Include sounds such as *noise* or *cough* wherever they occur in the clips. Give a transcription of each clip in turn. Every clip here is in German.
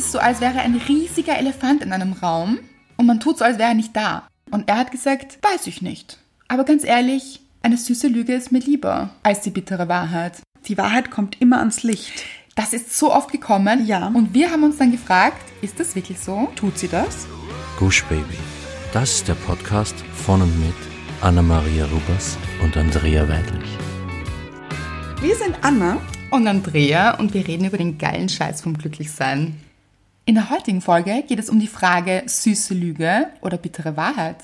so, als wäre ein riesiger Elefant in einem Raum und man tut so, als wäre er nicht da. Und er hat gesagt, weiß ich nicht. Aber ganz ehrlich, eine süße Lüge ist mir lieber als die bittere Wahrheit. Die Wahrheit kommt immer ans Licht. Das ist so oft gekommen. Ja. Und wir haben uns dann gefragt, ist das wirklich so? Tut sie das? Gush Baby. Das ist der Podcast von und mit Anna-Maria Rubers und Andrea Weidlich. Wir sind Anna. Und Andrea und wir reden über den geilen Scheiß vom Glücklichsein. In der heutigen Folge geht es um die Frage süße Lüge oder bittere Wahrheit.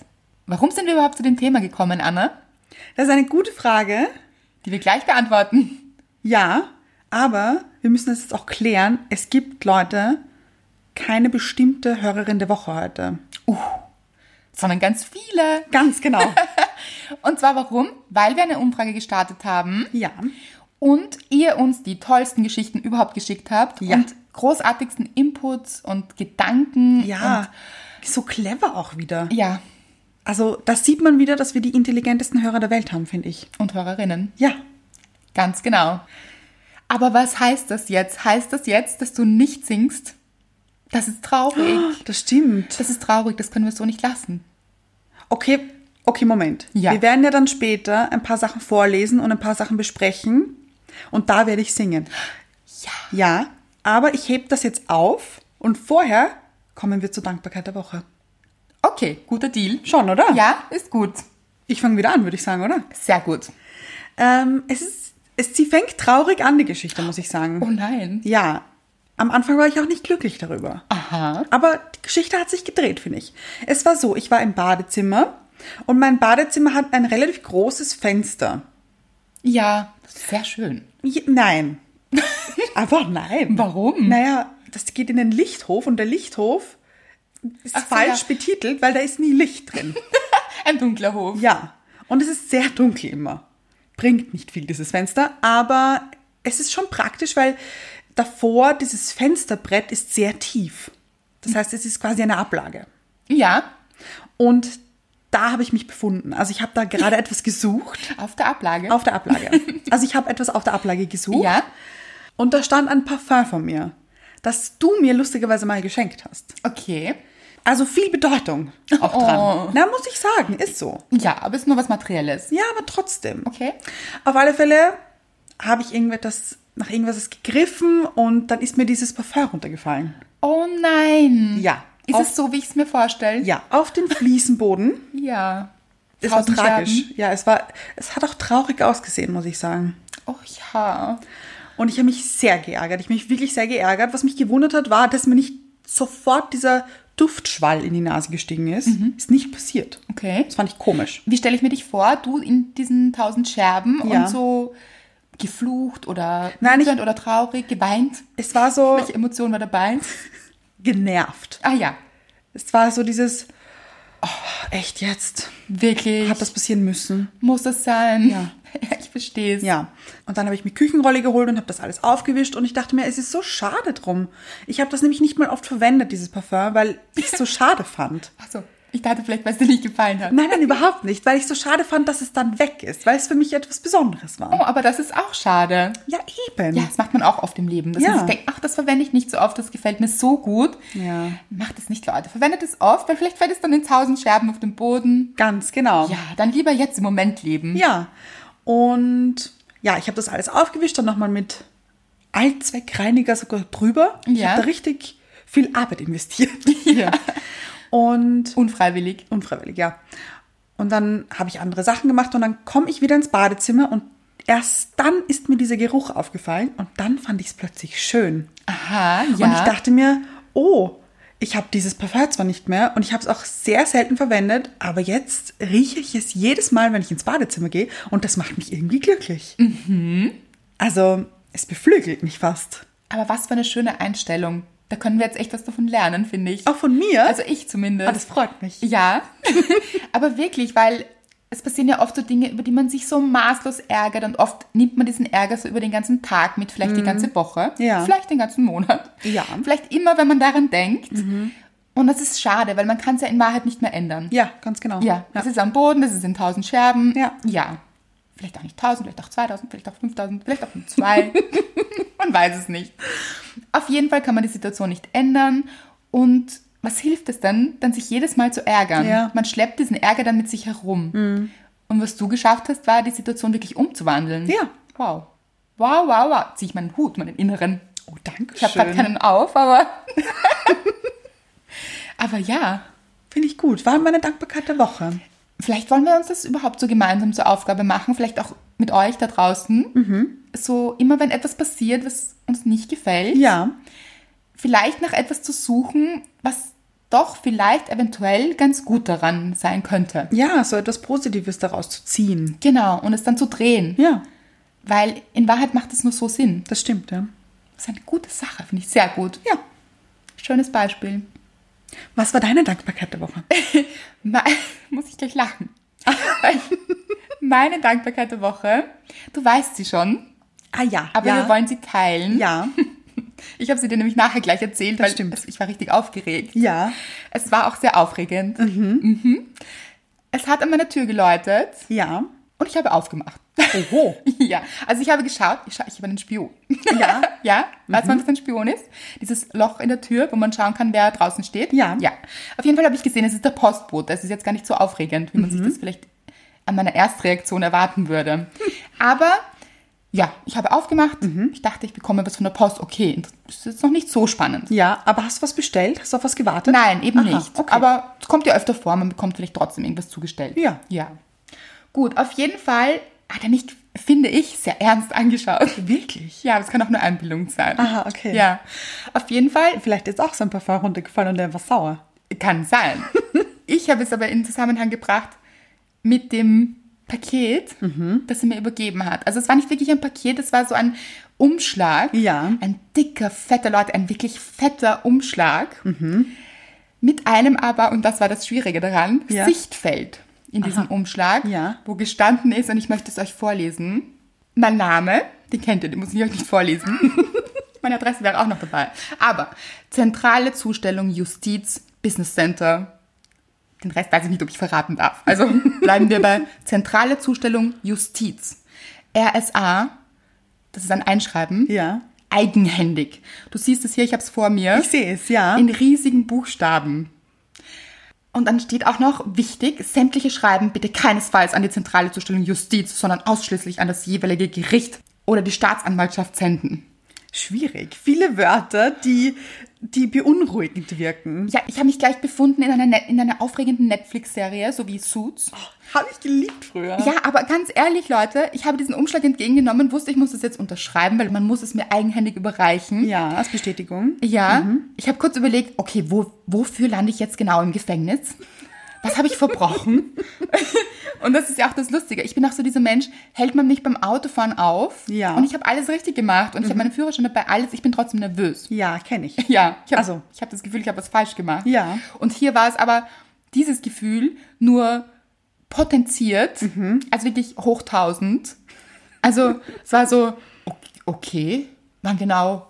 Warum sind wir überhaupt zu dem Thema gekommen, Anna? Das ist eine gute Frage. Die wir gleich beantworten. Ja, aber wir müssen das jetzt auch klären. Es gibt Leute, keine bestimmte Hörerin der Woche heute. Sondern ganz viele. Ganz *laughs* genau. Und zwar warum? Weil wir eine Umfrage gestartet haben ja. und ihr uns die tollsten Geschichten überhaupt geschickt habt Ja. und großartigsten Inputs und Gedanken. Ja. So clever auch wieder. Und, ja. Also, das sieht man wieder, dass wir die intelligentesten Hörer der Welt haben, finde ich. Und Hörerinnen. Ja. Ganz genau. Aber was heißt das jetzt? Heißt das jetzt, dass du nicht singst? Das ist traurig. Das stimmt. Das ist traurig, das können wir so nicht lassen. Okay, okay, Moment. Ja. Wir werden ja dann später ein paar Sachen vorlesen und ein paar Sachen besprechen. Und da werde ich singen. Ja. Ja, aber ich heb das jetzt auf und vorher kommen wir zur Dankbarkeit der Woche. Okay, guter Deal. Schon, oder? Ja, ist gut. Ich fange wieder an, würde ich sagen, oder? Sehr gut. Ähm, es ist, es, sie fängt traurig an, die Geschichte, muss ich sagen. Oh nein. Ja, am Anfang war ich auch nicht glücklich darüber. Aha. Aber die Geschichte hat sich gedreht, finde ich. Es war so, ich war im Badezimmer und mein Badezimmer hat ein relativ großes Fenster. Ja, sehr schön. Je- Nein. *laughs* Einfach nein. Warum? Naja, das geht in den Lichthof und der Lichthof ist Ach so, falsch ja. betitelt, weil da ist nie *laughs* Licht drin. Ein dunkler Hof. ja. Und es ist sehr dunkel immer. Bringt nicht viel, dieses Fenster, aber es ist schon praktisch, weil davor dieses Fensterbrett ist sehr tief. Hm. Das heißt, es ist quasi eine Ablage. Ja, Und da habe ich mich befunden. Also ich habe *laughs* da gerade etwas gesucht auf der Ablage. auf der Ablage. Also ich habe etwas auf der Ablage gesucht. Ja. Und da stand ein Parfum von mir, das du mir lustigerweise mal geschenkt hast. Okay. Also viel Bedeutung auch dran. Oh. Na, muss ich sagen, ist so. Ja, aber ist nur was Materielles. Ja, aber trotzdem. Okay. Auf alle Fälle habe ich irgendetwas, nach irgendwas gegriffen und dann ist mir dieses Parfum runtergefallen. Oh nein. Ja. Ist Auf- es so, wie ich es mir vorstelle? Ja, auf den Fliesenboden. Ja. Es war Tausend tragisch. Scherben. Ja, es war, es hat auch traurig ausgesehen, muss ich sagen. Oh ja. Und ich habe mich sehr geärgert. Ich habe mich wirklich sehr geärgert. Was mich gewundert hat, war, dass mir nicht sofort dieser Duftschwall in die Nase gestiegen ist. Ist nicht passiert. Okay. Das fand ich komisch. Wie stelle ich mir dich vor? Du in diesen tausend Scherben Ja. und so geflucht oder Nein, ich- wütend oder traurig, geweint. Es war so Welche Emotion war dabei? genervt. Ah ja, Es war so dieses, oh, echt jetzt? wirklich. Hat das passieren müssen? Muss das sein? Ja. *laughs* ich verstehe es. Ja. Und dann habe ich mir Küchenrolle geholt und habe das alles aufgewischt und ich dachte mir, es ist so schade drum. Ich habe das nämlich nicht mal oft verwendet, dieses Parfum, weil ich es so schade fand. Achso, ich dachte vielleicht, weil es dir nicht gefallen hat. Nein, nein, überhaupt nicht, weil ich so schade fand, dass es dann weg ist, weil es für mich etwas Besonderes war. Oh, aber das ist auch schade. Ja, eben. Ja, das macht man auch oft im Leben. Dass Ja. man sich denkt, ach, das verwende ich nicht so oft, das gefällt mir so gut. Ja. Macht es nicht, Leute. Verwendet es oft, weil vielleicht fällt es dann in tausend Scherben auf den Boden. Ganz genau. Ja, dann lieber jetzt im Moment leben. Ja. Und ja, ich habe das alles aufgewischt, dann nochmal mit Allzweckreiniger sogar drüber. Ich Ja. habe da richtig viel Arbeit investiert. *laughs* Ja. Und Unfreiwillig. unfreiwillig, ja. Und dann habe ich andere Sachen gemacht und dann komme ich wieder ins Badezimmer und erst dann ist mir dieser Geruch aufgefallen und dann fand ich es plötzlich schön. Aha, ja. Und ich dachte mir, oh, ich habe dieses Parfum zwar nicht mehr und ich habe es auch sehr selten verwendet, aber jetzt rieche ich es jedes Mal, wenn ich ins Badezimmer gehe und das macht mich irgendwie glücklich. Mhm. Also, es beflügelt mich fast. Aber was für eine schöne Einstellung. Da können wir jetzt echt was davon lernen, finde ich. Auch von mir. Also ich zumindest. Ah, das freut mich. *laughs* ja. *laughs* Aber wirklich, weil es passieren ja oft so Dinge, über die man sich so maßlos ärgert und oft nimmt man diesen Ärger so über den ganzen Tag mit, vielleicht die ganze Woche, Mhm. Ja. vielleicht den ganzen Monat. Ja. Mhm. Vielleicht immer, wenn man daran denkt. Und das ist schade, weil man kann es ja in Wahrheit nicht mehr ändern. Ja, ganz genau. Ja, das ist am Boden, das ist in tausend Scherben. Ja. *laughs* Ja. Vielleicht auch nicht tausend, vielleicht auch 2000, vielleicht auch 5000, vielleicht auch nur zwei. Man man weiß es nicht. Auf jeden Fall kann man die Situation nicht ändern. Und was hilft es dann, dann sich jedes Mal zu ärgern? Ja. Mhm. Man schleppt diesen Ärger dann mit sich herum. Und was du geschafft hast, war, die Situation wirklich umzuwandeln. Ja. Wow. Wow, wow, wow. Zieh ich meinen Hut, meinen inneren. Oh, danke Ich habe gerade schön. keinen auf, *laughs* aber. *laughs* aber ja. Finde ich gut. War meine Dankbarkeit der Woche. Vielleicht wollen wir uns das überhaupt so gemeinsam zur Aufgabe machen, vielleicht auch mit euch da draußen. Mhm. So immer wenn etwas passiert, was uns nicht gefällt, Ja, vielleicht nach etwas zu suchen, was doch vielleicht eventuell ganz gut daran sein könnte. ja, so etwas Positives daraus zu ziehen. Genau, und es dann zu drehen. Ja, Weil in Wahrheit macht es nur so Sinn. das stimmt, ja. Das ist eine gute Sache, finde ich sehr gut. Ja. Schönes Beispiel. Was war deine Dankbarkeit *laughs* der Woche? Me muss ich gleich lachen. *laughs* Weil Meine Dankbarkeit der Woche, du weißt sie schon, Ah ja, aber ja. wir wollen sie teilen. ja, Ich habe sie dir nämlich nachher gleich erzählt, Das weil stimmt. Es, ich war richtig aufgeregt. ja, Es war auch sehr aufregend. Mhm. Es hat an meiner Tür geläutet ja. und ich habe aufgemacht. Oho. *laughs* ja, also ich habe geschaut, ich, scha ich habe einen Spion. Ja. ja, weiß Mhm. man, was ein Spion ist? Dieses Loch in der Tür, wo man schauen kann, wer draußen steht. Ja. Ja. Auf jeden Fall habe ich gesehen, es ist der Postbote. Es ist jetzt gar nicht so aufregend, wie man Mhm. sich das vielleicht an meiner Erstreaktion erwarten würde. Aber ja, ich habe aufgemacht. Mhm. Ich dachte, ich bekomme was von der Post. Okay, das ist jetzt noch nicht so spannend. Ja, aber hast du was bestellt? Hast du auf was gewartet? Nein, eben Aha, nicht. Okay. Aber es kommt ja öfter vor, man bekommt vielleicht trotzdem irgendwas zugestellt. Ja. Ja. Gut, auf jeden Fall hat er mich, finde ich, sehr ernst angeschaut. wirklich? Ja, aber es kann auch nur Einbildung sein. Aha, okay. Ja. Auf jeden Fall Vielleicht ist auch so ein Parfum runtergefallen und er war sauer. kann *laughs* sein. ich habe es aber in Zusammenhang gebracht mit dem Paket, Mhm. das er mir übergeben hat. Also es war nicht wirklich ein Paket, es war so ein Umschlag. Ja. Ein dicker, fetter, Leute, ein wirklich fetter Umschlag. Mhm. Mit einem aber, und das war das Schwierige daran, Ja. Sichtfeld in diesem Umschlag, Ja. wo gestanden ist, und ich möchte es euch vorlesen, mein Name, den kennt ihr, den muss ich euch nicht vorlesen. *laughs* Meine Adresse wäre auch noch dabei. Aber zentrale Zustellung Justiz Business Center. Den Rest weiß ich nicht, ob ich verraten darf. *laughs* Also bleiben wir bei zentrale Zustellung Justiz. RSA, das ist ein Einschreiben. Ja. Eigenhändig. Du siehst es hier, ich habe es vor mir. Ich sehe es, ja. In riesigen Buchstaben. Und dann steht auch noch, wichtig, sämtliche Schreiben bitte keinesfalls an die zentrale Zustellung Justiz, sondern ausschließlich an das jeweilige Gericht oder die Staatsanwaltschaft senden. Schwierig. Viele Wörter, die, die beunruhigend wirken. Ja, ich habe mich gleich befunden in einer, Net in einer aufregenden Netflix-Serie, so wie Suits. Habe ich geliebt früher. Ja, aber ganz ehrlich, Leute, ich habe diesen Umschlag entgegengenommen, wusste, ich muss das jetzt unterschreiben, weil man muss es mir eigenhändig überreichen. Ja, als Bestätigung. Ja, ich habe kurz überlegt, okay, wo, wofür lande ich jetzt genau im Gefängnis? Was habe ich verbrochen? *laughs* und das ist ja auch das Lustige. Ich bin auch so dieser Mensch, hält man mich beim Autofahren auf? Ja. Und ich habe alles richtig gemacht und ich habe meinen Führerschein dabei, alles. Ich bin trotzdem nervös. Ja, kenne ich. *laughs* Ja, ich habe Also. ich hab das Gefühl, ich habe was falsch gemacht. Ja. Und hier war es aber dieses Gefühl nur potenziert, Mhm. also wirklich hoch 1000. Also es war so, o- okay, wann genau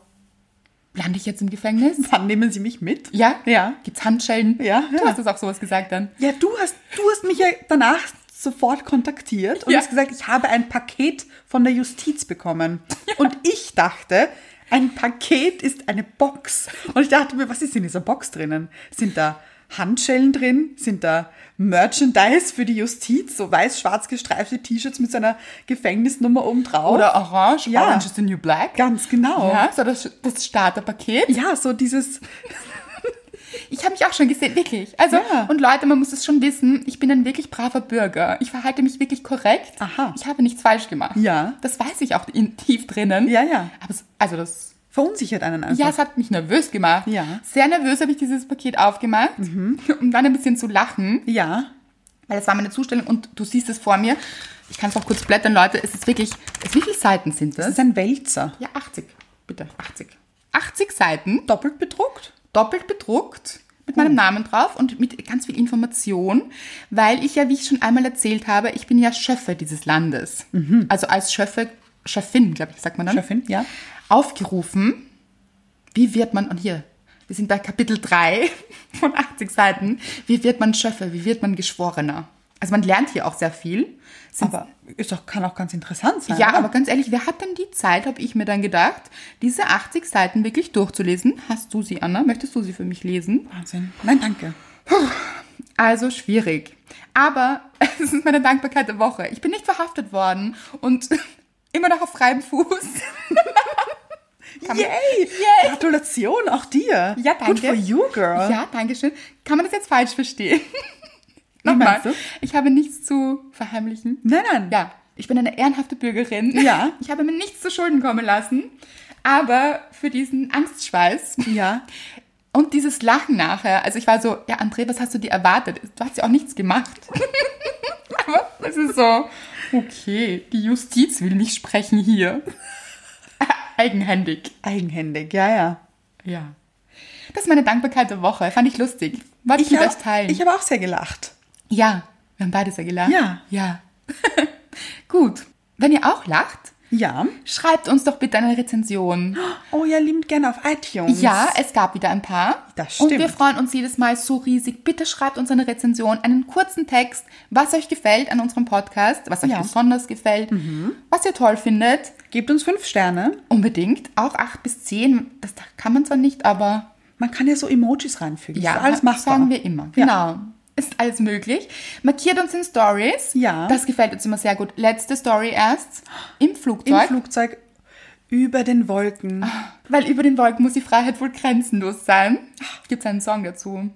lande ich jetzt im Gefängnis? Wann nehmen Sie mich mit? Ja? Ja. Gibt's Handschellen? Ja, Du ja. hast das auch sowas gesagt dann. Ja, du hast, du hast mich ja danach sofort kontaktiert und Ja. hast gesagt, ich habe ein Paket von der Justiz bekommen. Und ich dachte, ein Paket ist eine Box. Und ich dachte mir, was ist in dieser Box drinnen? Sind da Handschellen drin? Sind da Merchandise für die Justiz? So weiß-schwarz gestreifte T-Shirts mit so einer Gefängnisnummer oben drauf? Oder Orange, Ja. Orange is the New Black. Ganz genau. Ja, so das, das Starterpaket. Ja, so dieses, Ich habe mich auch schon gesehen, wirklich. Also, Ja. und Leute, man muss es schon wissen, ich bin ein wirklich braver Bürger. Ich verhalte mich wirklich korrekt. Aha. Ich habe nichts falsch gemacht. Ja. Das weiß ich auch in, tief drinnen. Ja, ja. Aber es, also das, verunsichert einen einfach. ja, es hat mich nervös gemacht. Ja. Mhm. Sehr nervös habe ich dieses Paket aufgemacht, *laughs* um dann ein bisschen zu lachen, ja. weil das war meine Zustellung und du siehst es vor mir. Ich kann es auch kurz blättern, Leute. Es ist wirklich, es, wie viele Seiten sind Das das? ist ein Wälzer. Ja, 80. Bitte, 80. 80 Seiten. Doppelt bedruckt? doppelt bedruckt mit meinem Namen drauf und mit ganz viel Information, weil ich ja, wie ich schon einmal erzählt habe, ich bin ja Schöffe dieses Landes. Also als Schöffe, Schöffin, glaube ich, sagt man dann. Chefin, ja. Aufgerufen, wie wird man, und hier, wir *laughs* sind bei Kapitel 3 von 80 Seiten, wie wird man Schöffe, wie wird man Geschworener? Also man lernt hier auch sehr viel. Sind, Aber ist auch, kann auch ganz interessant sein. ja, oder? aber ganz ehrlich, wer hat denn die Zeit, habe ich mir dann gedacht, diese 80 Seiten wirklich durchzulesen? Hast du sie, Anna? Möchtest du sie für mich lesen? Wahnsinn. Nein, danke. Also schwierig. Aber *laughs* es ist meine Dankbarkeit der Woche. Ich bin nicht verhaftet worden und *laughs* immer noch auf freiem *laughs* Fuß. Kann man- Yay! Gratulation auch dir. Ja, danke. Good for you, girl. Ja, danke schön. Kann man das jetzt falsch verstehen? meinst du? Ich habe nichts zu verheimlichen. Nein, nein. Ja, ich bin eine ehrenhafte Bürgerin. Ja. *laughs* Ich habe mir nichts zu Schulden kommen lassen. Aber für diesen Angstschweiß Ja. und dieses Lachen nachher. Also ich war so, ja, André, was hast du dir erwartet? Du hast ja auch nichts *laughs* gemacht. Aber es ist so, okay, die Justiz will mich sprechen hier. *laughs* Eigenhändig. Eigenhändig, ja, ja. Ja. Das ist meine Dankbarkeit der Woche. Fand ich lustig. Wollte ich mit euch teilen. ich habe auch sehr gelacht. ja, wir haben beide sehr gelacht. Ja. Ja. *laughs* Gut. Wenn ihr auch lacht, Ja. schreibt uns doch bitte eine Rezension. Oh ja, liebend gerne auf iTunes. Ja, es gab wieder ein paar. Das Und wir stimmt. freuen uns jedes Mal so riesig. Bitte schreibt uns eine Rezension, einen kurzen Text, was euch gefällt an unserem Podcast, was euch Ja. Mhm. besonders gefällt, was ihr toll findet. Gebt uns fünf Sterne. Unbedingt. Auch acht bis zehn. Das kann man zwar nicht, aber Man kann ja so Emojis reinfügen. ja, ist alles machbar. sagen wir immer. Ja. Genau. Ist alles möglich. Markiert uns in Stories. Ja. Das gefällt uns immer sehr gut. Letzte Story erst. Im Im Flugzeug. Flugzeug über den Wolken. Weil über den Wolken muss die Freiheit wohl grenzenlos sein. Gibt es einen Song dazu?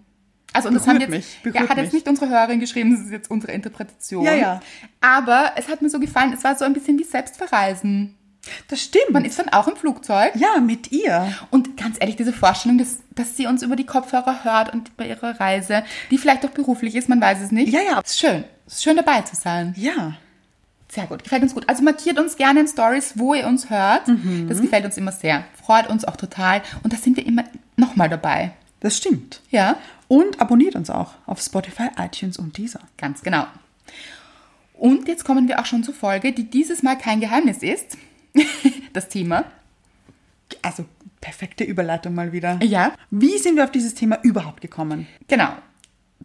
Also, und das haben Berührt jetzt, mich, ja, berührt hat jetzt mich. nicht unsere Hörerin geschrieben, das ist jetzt unsere Interpretation. Ja, ja. Aber es hat mir so gefallen, es war so ein bisschen wie Selbstverreisen. Das stimmt. Man ist dann auch im Flugzeug. ja, mit ihr. Und ganz ehrlich, diese Vorstellung, dass, dass sie uns über die Kopfhörer hört und bei ihrer Reise, die vielleicht auch beruflich ist, man weiß es nicht. Ja, ja. Ist schön. Ist schön dabei zu sein. Ja. Sehr gut, gefällt uns gut. Also markiert uns gerne in Stories, wo ihr uns hört. Mhm. Das gefällt uns immer sehr. Freut uns auch total. Und da sind wir immer nochmal dabei. Das stimmt. Ja, Und abonniert uns auch auf Spotify, iTunes und Deezer. ganz genau. Und jetzt kommen wir auch schon zur Folge, die dieses Mal kein Geheimnis ist. *laughs* das Thema. Also perfekte Überleitung mal wieder. Ja. Wie sind wir auf dieses Thema überhaupt gekommen? Genau.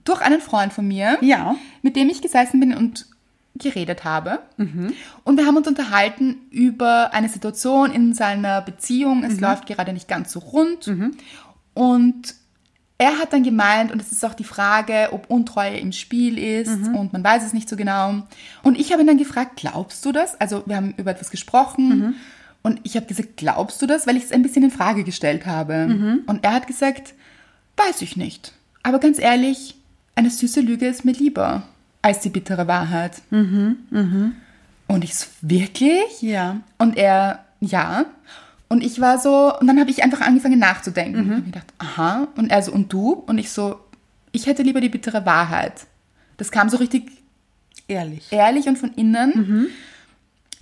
Durch einen Freund von mir, Ja. mit dem ich gesessen bin und geredet habe. Und wir haben uns unterhalten über eine Situation in seiner Beziehung. Es läuft gerade nicht ganz so rund. Und er hat dann gemeint, und es ist auch die Frage, ob Untreue im Spiel ist und man weiß es nicht so genau. Und ich habe ihn dann gefragt, glaubst du das? Also wir haben über etwas gesprochen und ich habe gesagt, glaubst du das? Weil ich es ein bisschen in Frage gestellt habe. Und er hat gesagt, weiß ich nicht. Aber ganz ehrlich, eine süße Lüge ist mir lieber als die bittere Wahrheit. Und ich so, wirklich? Ja. Und er, ja. Und ich war so, und dann habe ich einfach angefangen nachzudenken. Ich habe gedacht, aha. Und er so, und du? Und ich so, ich hätte lieber die bittere Wahrheit. Das kam so richtig Ehrlich. ehrlich und von innen.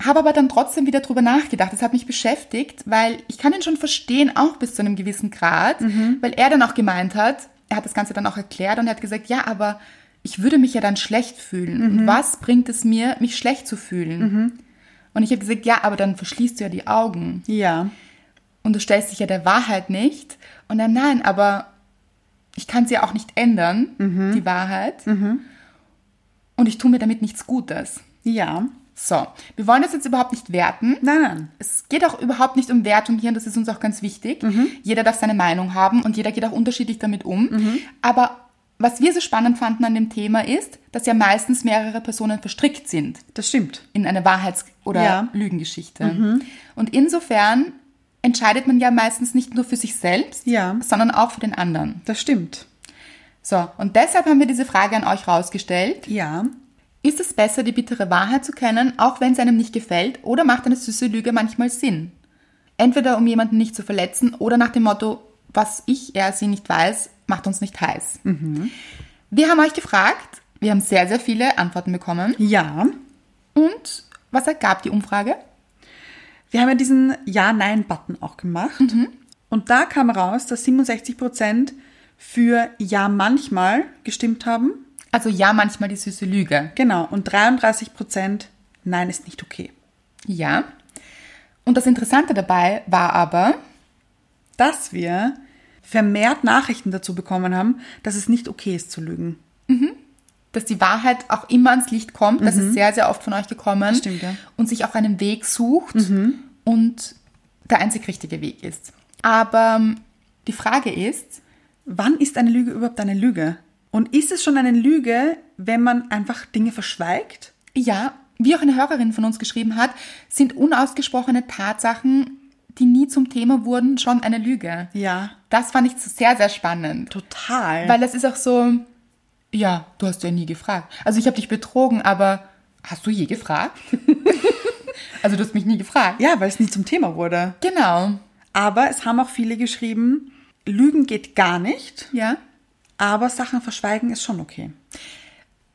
Habe aber dann trotzdem wieder drüber nachgedacht. Das hat mich beschäftigt, weil ich kann ihn schon verstehen, auch bis zu einem gewissen Grad, weil er dann auch gemeint hat, er hat das Ganze dann auch erklärt und er hat gesagt, ja, aber ich würde mich ja dann schlecht fühlen. Und was bringt es mir, mich schlecht zu fühlen? Und ich habe gesagt, ja, aber dann verschließt du ja die Augen Ja. und du stellst dich ja der Wahrheit nicht. Und dann, nein, aber ich kann sie ja auch nicht ändern, die Wahrheit. Und ich tue mir damit nichts Gutes. Ja. So, wir wollen das jetzt überhaupt nicht werten. Nein, nein. Es geht auch überhaupt nicht um Wertung hier und das ist uns auch ganz wichtig. Mhm. Jeder darf seine Meinung haben und jeder geht auch unterschiedlich damit um. Mhm. Aber was wir so spannend fanden an dem Thema ist, dass ja meistens mehrere Personen verstrickt sind Das stimmt. in eine Wahrheits- oder Ja. Mhm. Lügengeschichte. Und insofern entscheidet man ja meistens nicht nur für sich selbst, Ja. sondern auch für den anderen. Das stimmt. So, und deshalb haben wir diese Frage an euch rausgestellt. Ja. Ist es besser, die bittere Wahrheit zu kennen, auch wenn es einem nicht gefällt, oder macht eine süße Lüge manchmal Sinn? Entweder um jemanden nicht zu verletzen oder nach dem Motto, was ich, er, sie nicht weiß, macht uns nicht heiß. Wir haben euch gefragt, wir haben sehr, sehr viele Antworten bekommen. Ja. Und was ergab die Umfrage? Wir haben ja diesen Ja-Nein-Button auch gemacht. Und da kam raus, dass 67 Prozent für Ja manchmal gestimmt haben. Also ja, manchmal die süße Lüge. Genau. Und 33 Prozent Nein ist nicht okay. Ja. Und das Interessante dabei war aber, Dass wir vermehrt Nachrichten dazu bekommen haben, dass es nicht okay ist zu lügen. dass die Wahrheit auch immer ans Licht kommt. Das ist sehr, sehr oft von euch gekommen. Mhm. Stimmt, ja. Mhm. Und sich auch einen Weg sucht und der einzig richtige Weg ist. Aber ähm, die Frage ist, Wann ist eine Lüge überhaupt eine Lüge? Und ist es schon eine Lüge, wenn man einfach Dinge verschweigt? ja, wie auch eine Hörerin von uns geschrieben hat, sind unausgesprochene Tatsachen, die nie zum Thema wurden, schon eine Lüge. Ja, Das fand ich sehr, sehr spannend. total. Weil das ist auch so, ja, du hast ja nie gefragt. Also ich habe dich betrogen, aber hast du je *laughs* gefragt? also du hast mich nie gefragt. ja, weil es nie zum Thema wurde. Genau. Aber es haben auch viele geschrieben, Lügen geht gar nicht, Ja. aber Sachen verschweigen ist schon okay.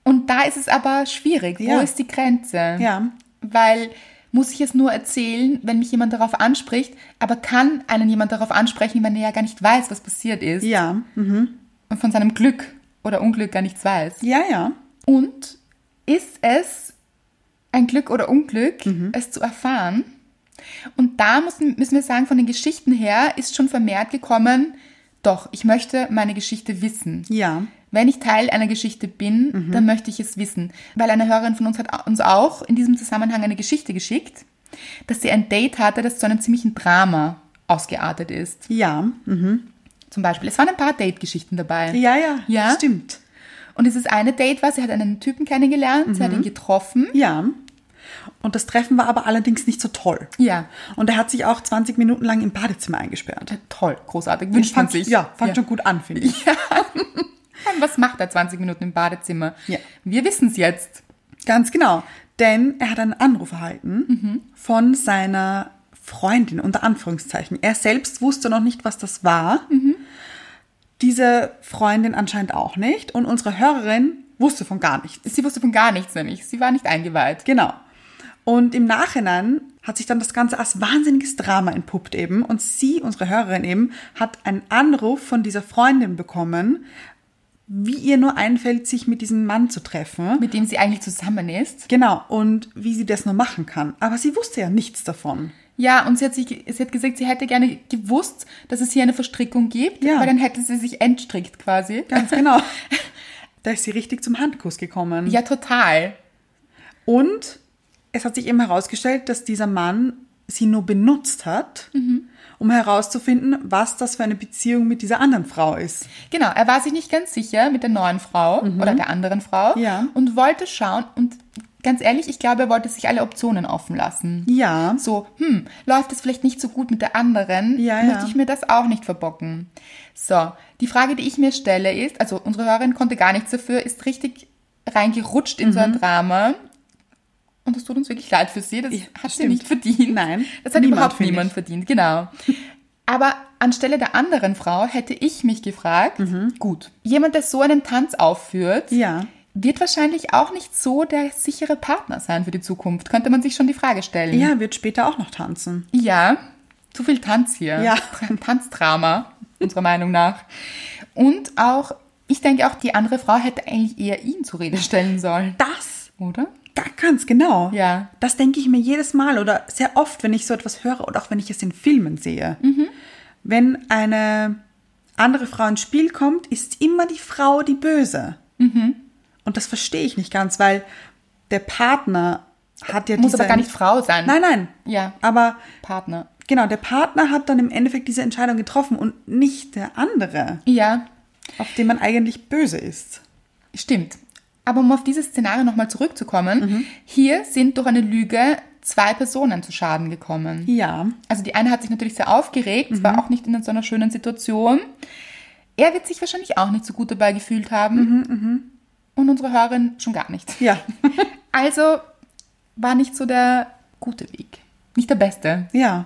Und da ist es aber schwierig. Wo Ja. ist die Grenze? Ja. Weil muss ich es nur erzählen, wenn mich jemand darauf anspricht, aber kann einen jemand darauf ansprechen, wenn er ja gar nicht weiß, was passiert ist Ja, und von seinem Glück oder Unglück gar nichts weiß? ja, ja. Und ist es ein Glück oder Unglück, Mhm. es zu erfahren? Und da müssen, müssen wir sagen, von den Geschichten her ist schon vermehrt gekommen, doch, ich möchte meine Geschichte wissen. Ja. Wenn ich Teil einer Geschichte bin, Mhm. dann möchte ich es wissen. Weil eine Hörerin von uns hat au- uns auch in diesem Zusammenhang eine Geschichte geschickt, dass sie ein Date hatte, das zu einem ziemlichen Drama ausgeartet ist. Ja, Zum Beispiel, es waren ein paar Date-Geschichten dabei. ja, ja, Ja? stimmt. Und dieses eine Date war, sie hat einen Typen kennengelernt, sie Mhm. hat ihn getroffen. Ja. Und das Treffen war aber allerdings nicht so toll. Ja. Und er hat sich auch 20 Minuten lang im Badezimmer eingesperrt. Toll, großartig, wünscht man Fand- sich. Ja, fand schon gut an, *laughs* finde ich. Was macht er 20 Minuten im Badezimmer? Ja. Wir wissen es jetzt. Ganz genau. Denn er hat einen Anruf erhalten von seiner Freundin, unter Anführungszeichen. Er selbst wusste noch nicht, was das war. Diese Freundin anscheinend auch nicht. Und unsere Hörerin wusste von gar nichts. Sie wusste von gar nichts nämlich, sie war nicht eingeweiht. Genau. Und im Nachhinein hat sich dann das Ganze als wahnsinniges Drama entpuppt eben. Und sie, unsere Hörerin eben, hat einen Anruf von dieser Freundin bekommen, wie ihr nur einfällt, sich mit diesem Mann zu treffen. Mit dem sie eigentlich zusammen ist. Genau, und wie sie das nur machen kann. Aber sie wusste ja nichts davon. Ja, und sie hat, sich, sie hat gesagt, sie hätte gerne gewusst, dass es hier eine Verstrickung gibt, Ja. weil dann hätte sie sich entstrickt quasi. *laughs* Ganz genau. da ist sie richtig zum Handkuss gekommen. Ja, total. Und es hat sich eben herausgestellt, dass dieser Mann sie nur benutzt hat, Mhm. um herauszufinden, was das für eine Beziehung mit dieser anderen Frau ist. Genau, er war sich nicht ganz sicher mit der neuen Frau oder der anderen Frau Mhm. Ja. und wollte schauen und ganz ehrlich, ich glaube, er wollte sich alle Optionen offen lassen. Ja, So, hm, läuft es vielleicht nicht so gut mit der anderen, Ja, möchte ja. ich mir das auch nicht verbocken. So, die Frage, die ich mir stelle, ist, also unsere Hörerin konnte gar nichts dafür, ist richtig reingerutscht in so Mhm. ein Drama. Und das tut uns wirklich leid für sie, das hat sie stimmt. nicht verdient. Nein, das hat niemand, überhaupt finde niemand ich. verdient, genau. Aber anstelle der anderen Frau hätte ich mich gefragt, gut, jemand, der so einen Tanz aufführt, Mhm. Ja. wird wahrscheinlich auch nicht so der sichere Partner sein für die Zukunft. Könnte man sich schon die Frage stellen. ja, wird später auch noch tanzen. Ja, zu viel Tanz hier. Ja. Tra- Tanzdrama, unserer Meinung nach. Und auch, ich denke auch, die andere Frau hätte eigentlich eher ihn zur Rede stellen sollen, Das, oder? da ganz genau. Ja. Das denke ich mir jedes Mal oder sehr oft, wenn ich so etwas höre oder auch wenn ich es in Filmen sehe. Mhm. Wenn eine andere Frau ins Spiel kommt, ist immer die Frau die Böse. Mhm. Und das verstehe ich nicht ganz, weil der Partner hat ja Muss diese aber gar nicht Frau sein. Nein, nein. Ja. Aber Partner. genau, der Partner hat dann im Endeffekt diese Entscheidung getroffen und nicht der andere, Ja, auf den man eigentlich böse ist. stimmt. Aber um auf dieses Szenario nochmal zurückzukommen, Mhm. hier sind durch eine Lüge zwei Personen zu Schaden gekommen. Ja. Also die eine hat sich natürlich sehr aufgeregt, es war auch nicht in so einer schönen Situation. Er wird sich wahrscheinlich auch nicht so gut dabei gefühlt haben. Und unsere Hörerin schon gar nicht. Ja. Also war nicht so der gute Weg. Nicht der beste. ja.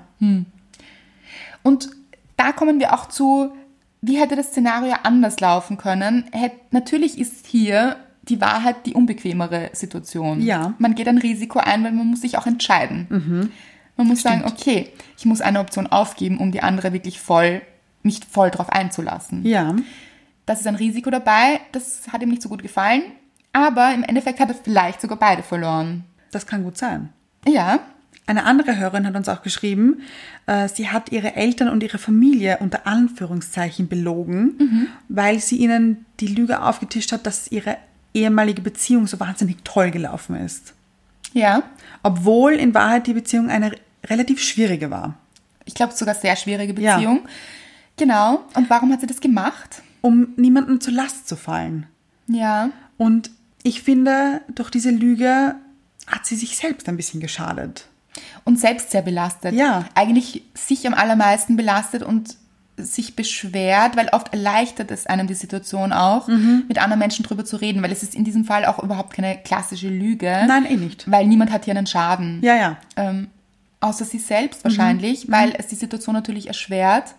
Und da kommen wir auch zu, wie hätte das Szenario anders laufen können? Hätt- natürlich ist hier die Wahrheit die unbequemere Situation. Ja. Mhm. Man geht ein Risiko ein, weil man muss sich auch entscheiden. Man muss sagen, okay, ich muss eine Option aufgeben, um die andere wirklich voll, mich voll drauf einzulassen. Ja. Das ist ein Risiko dabei, das hat ihm nicht so gut gefallen, aber im Endeffekt hat er vielleicht sogar beide verloren. Das kann gut sein. Ja, Eine andere Hörerin hat uns auch geschrieben, äh, sie hat ihre Eltern und ihre Familie unter Anführungszeichen belogen, weil sie ihnen die Lüge aufgetischt hat, dass ihre ehemalige Beziehung so wahnsinnig toll gelaufen ist. Ja. Obwohl in Wahrheit die Beziehung eine relativ schwierige war. Ich glaube, sogar sehr schwierige Ja. Beziehung. Genau. Und warum hat sie das gemacht? Um niemandem zur Last zu fallen. Ja. Und ich finde, durch diese Lüge hat sie sich selbst ein bisschen geschadet. Und selbst sehr belastet. Ja. Eigentlich sich am allermeisten belastet und sich beschwert, weil oft erleichtert es einem die Situation auch, Mhm. mit anderen Menschen drüber zu reden, weil es ist in diesem Fall auch überhaupt keine klassische Lüge. Nein, eh nicht. Weil niemand hat hier einen Schaden. Ja, Mhm. ja. Ähm, außer sie selbst wahrscheinlich, weil es die Situation natürlich erschwert,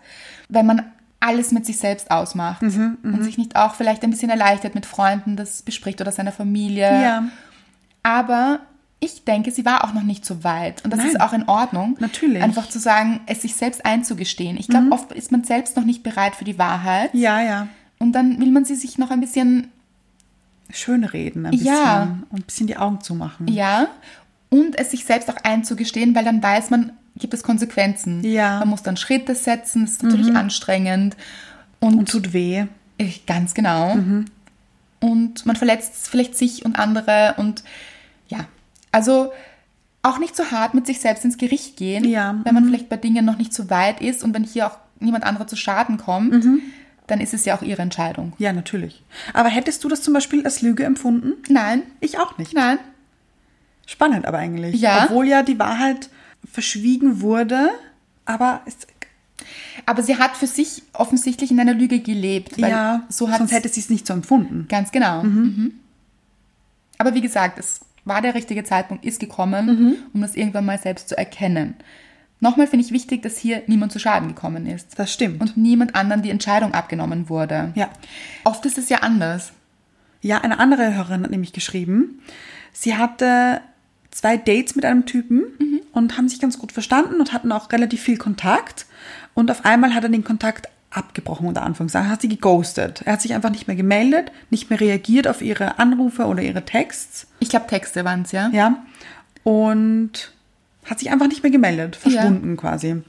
wenn man alles mit sich selbst ausmacht Mhm. und sich nicht auch vielleicht ein bisschen erleichtert mit Freunden das bespricht oder seiner Familie. Ja, Aber ich denke, sie war auch noch nicht so weit. Und das Nein. ist auch in Ordnung. Natürlich. Mhm. Einfach zu sagen, es sich selbst einzugestehen. Ich glaube, oft ist man selbst noch nicht bereit für die Wahrheit. ja, ja. Und dann will man sie sich noch ein bisschen, Schönreden ein bisschen. Ja. Und ein bisschen die Augen zumachen. ja, und es sich selbst auch einzugestehen, weil dann weiß man, gibt es Konsequenzen. Ja. Mhm. Man muss dann Schritte setzen, das ist natürlich anstrengend. Und, Und tut weh. ich- ganz genau. Und man verletzt vielleicht sich und andere und ja, also auch nicht so hart mit sich selbst ins Gericht gehen, Ja, mhm. wenn man vielleicht bei Dingen noch nicht so weit ist und wenn hier auch niemand anderer zu Schaden kommt, Mhm. dann ist es ja auch ihre Entscheidung. Ja, natürlich. Aber hättest du das zum Beispiel als Lüge empfunden? Nein, Ich auch nicht. nein, Spannend aber eigentlich. Ja. Obwohl ja die Wahrheit verschwiegen wurde, aber es, aber sie hat für sich offensichtlich in einer Lüge gelebt, weil ja, so hat sonst hätte sie es nicht so empfunden. Ganz genau. Mhm. Aber wie gesagt, es war der richtige Zeitpunkt, ist gekommen, Mhm. um das irgendwann mal selbst zu erkennen. Nochmal finde ich wichtig, dass hier niemand zu Schaden gekommen ist Das stimmt. und niemand anderen die Entscheidung abgenommen wurde. ja. Oft ist es ja anders. Ja, eine andere Hörerin hat nämlich geschrieben, sie hatte zwei Dates mit einem Typen und haben sich ganz gut verstanden und hatten auch relativ viel Kontakt. Und auf einmal hat er den Kontakt abgebrochen, unter Anführungszeichen, hat sie geghostet. Er hat sich einfach nicht mehr gemeldet, nicht mehr reagiert auf ihre Anrufe oder ihre Texts. Ich glaube, Texte waren es, ja? Ja. Und hat sich einfach nicht mehr gemeldet, verschwunden quasi.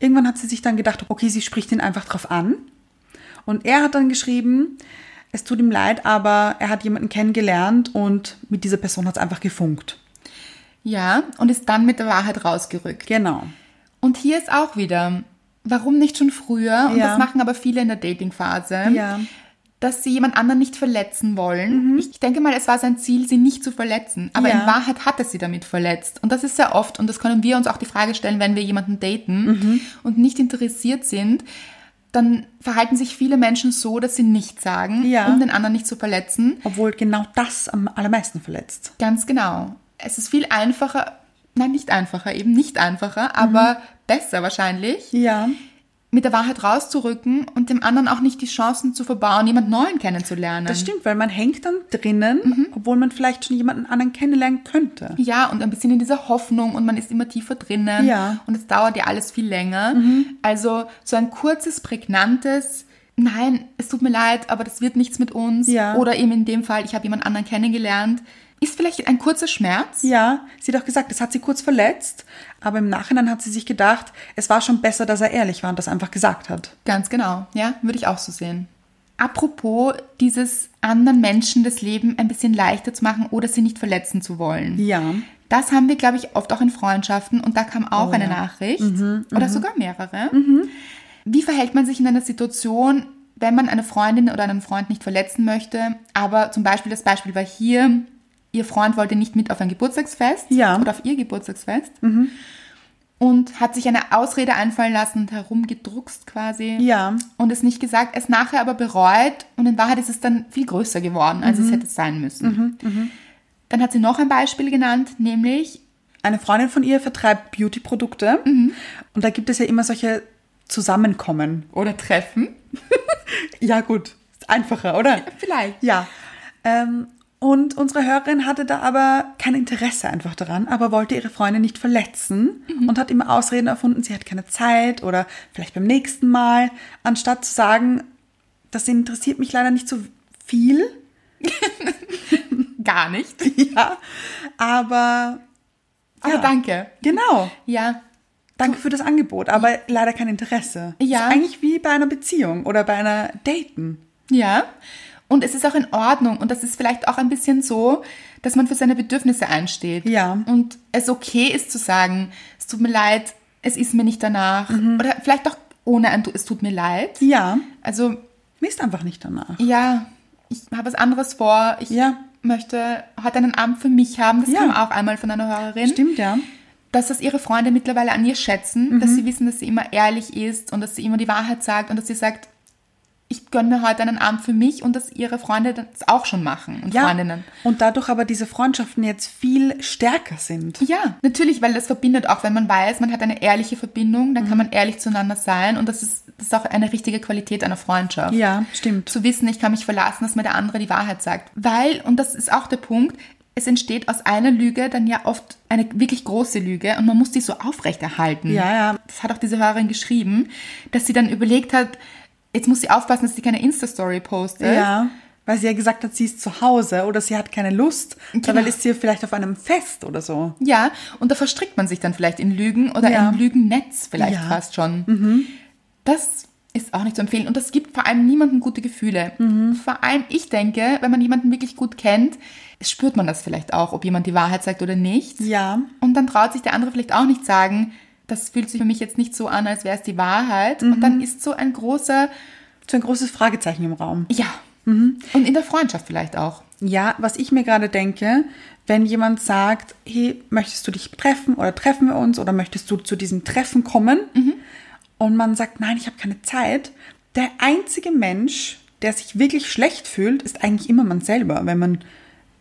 Irgendwann hat sie sich dann gedacht, okay, sie spricht ihn einfach drauf an. Und er hat dann geschrieben, es tut ihm leid, aber er hat jemanden kennengelernt und mit dieser Person hat es einfach gefunkt. Ja, und ist dann mit der Wahrheit rausgerückt. Genau. Und hier ist auch wieder, warum nicht schon früher? Und Ja. das machen aber viele in der Datingphase. Ja. Mhm. Dass sie jemand anderen nicht verletzen wollen. Ich ich denke mal, es war sein Ziel, sie nicht zu verletzen. Aber Ja. in Wahrheit hat er sie damit verletzt. Und das ist sehr oft. Und das können wir uns auch die Frage stellen, wenn wir jemanden daten Mhm. und nicht interessiert sind. Dann verhalten sich viele Menschen so, dass sie nichts sagen, Ja. um den anderen nicht zu verletzen. Obwohl genau das am allermeisten verletzt. Ganz genau. Es ist viel einfacher, nein, nicht einfacher, eben nicht einfacher, aber Mhm. besser wahrscheinlich, Ja. mit der Wahrheit rauszurücken und dem anderen auch nicht die Chancen zu verbauen, jemand Neuen kennenzulernen. Das stimmt, weil man hängt dann drinnen, obwohl man vielleicht schon jemanden anderen kennenlernen könnte. Ja, und ein bisschen in dieser Hoffnung und man ist immer tiefer drinnen Ja. Mhm. und es dauert ja alles viel länger. Also so ein kurzes, prägnantes, nein, es tut mir leid, aber das wird nichts mit uns. Ja. Oder eben in dem Fall, ich habe jemand anderen kennengelernt, ist vielleicht ein kurzer Schmerz. Ja, sie hat auch gesagt, das hat sie kurz verletzt, aber im Nachhinein hat sie sich gedacht, es war schon besser, dass er ehrlich war und das einfach gesagt hat. Ganz genau, ja, würde ich auch so sehen. Apropos dieses anderen Menschen das Leben ein bisschen leichter zu machen oder sie nicht verletzen zu wollen. Ja. Das haben wir, glaube ich, oft auch in Freundschaften und da kam Oh auch eine Nachricht Mhm, oder sogar mehrere. Wie verhält man sich in einer Situation, wenn man eine Freundin oder einen Freund nicht verletzen möchte, aber zum Beispiel das Beispiel war hier, ihr Freund wollte nicht mit auf ein Geburtstagsfest Ja. oder auf ihr Geburtstagsfest und hat sich eine Ausrede einfallen lassen und herumgedruckst quasi. Ja. Und es nicht gesagt, es nachher aber bereut und in Wahrheit ist es dann viel größer geworden, als Mhm. es hätte sein müssen. Dann hat sie noch ein Beispiel genannt, nämlich, Eine Freundin von ihr vertreibt Beauty-Produkte und da gibt es ja immer solche Zusammenkommen. oder Treffen, Ja, gut. Ist einfacher, *laughs* oder? vielleicht. Ja. Ähm, und unsere Hörerin hatte da aber kein Interesse einfach daran, aber wollte ihre Freundin nicht verletzen Mhm. und hat immer Ausreden erfunden, sie hat keine Zeit oder vielleicht beim nächsten Mal, anstatt zu sagen, das interessiert mich leider nicht so viel, Gar nicht. *laughs* ja, aber Aber Ja. danke. genau, Ja, danke für das Angebot, aber leider kein Interesse. Ja. Ist eigentlich wie bei einer Beziehung oder bei einer Daten. ja. Und es ist auch in Ordnung und das ist vielleicht auch ein bisschen so, dass man für seine Bedürfnisse einsteht. Ja. Und es okay ist zu sagen, es tut mir leid, es ist mir nicht danach. Mhm. Oder vielleicht auch ohne ein, Du- es tut mir leid. Ja. Also Mir ist einfach nicht danach. ja, ich habe was anderes vor. Ich Ja. möchte heute einen Abend für mich haben. Das Ja. kam auch einmal von einer Hörerin. Stimmt, ja. Dass das ihre Freunde mittlerweile an ihr schätzen, dass Mhm. sie wissen, dass sie immer ehrlich ist und dass sie immer die Wahrheit sagt und dass sie sagt, ich gönne mir heute einen Abend für mich und dass ihre Freunde das auch schon machen und ja. Freundinnen. Und dadurch aber diese Freundschaften jetzt viel stärker sind. Ja, natürlich, weil das verbindet auch, wenn man weiß, man hat eine ehrliche Verbindung, dann Mhm. kann man ehrlich zueinander sein und das ist, das ist auch eine richtige Qualität einer Freundschaft. Ja, stimmt. Zu wissen, ich kann mich verlassen, dass mir der andere die Wahrheit sagt. Weil, und das ist auch der Punkt, es entsteht aus einer Lüge dann ja oft eine wirklich große Lüge und man muss die so aufrechterhalten. Ja, ja. Das hat auch diese Hörerin geschrieben, dass sie dann überlegt hat, jetzt muss sie aufpassen, dass sie keine Insta-Story postet. Ja. Weil sie ja gesagt hat, sie ist zu Hause oder sie hat keine Lust. Dabei ist sie ja vielleicht auf einem Fest oder so. Ja, und da verstrickt man sich dann vielleicht in Lügen oder Ja. im Lügennetz vielleicht Ja. Mhm. fast schon. Das ist auch nicht zu empfehlen. Und das gibt vor allem niemandem gute Gefühle. Mhm. Vor allem, ich denke, wenn man jemanden wirklich gut kennt, spürt man das vielleicht auch, ob jemand die Wahrheit sagt oder nicht. Ja. Und dann traut sich der andere vielleicht auch nicht sagen, das fühlt sich für mich jetzt nicht so an, als wäre es die Wahrheit. Und Mhm. dann ist so ein großer, So ein großes Fragezeichen im Raum. ja. Und in der Freundschaft vielleicht auch. Ja, was ich mir gerade denke, wenn jemand sagt, hey, möchtest du dich treffen oder treffen wir uns oder möchtest du zu diesem Treffen kommen? Mhm. Und man sagt, nein, ich habe keine Zeit. Der einzige Mensch, der sich wirklich schlecht fühlt, ist eigentlich immer man selber, wenn man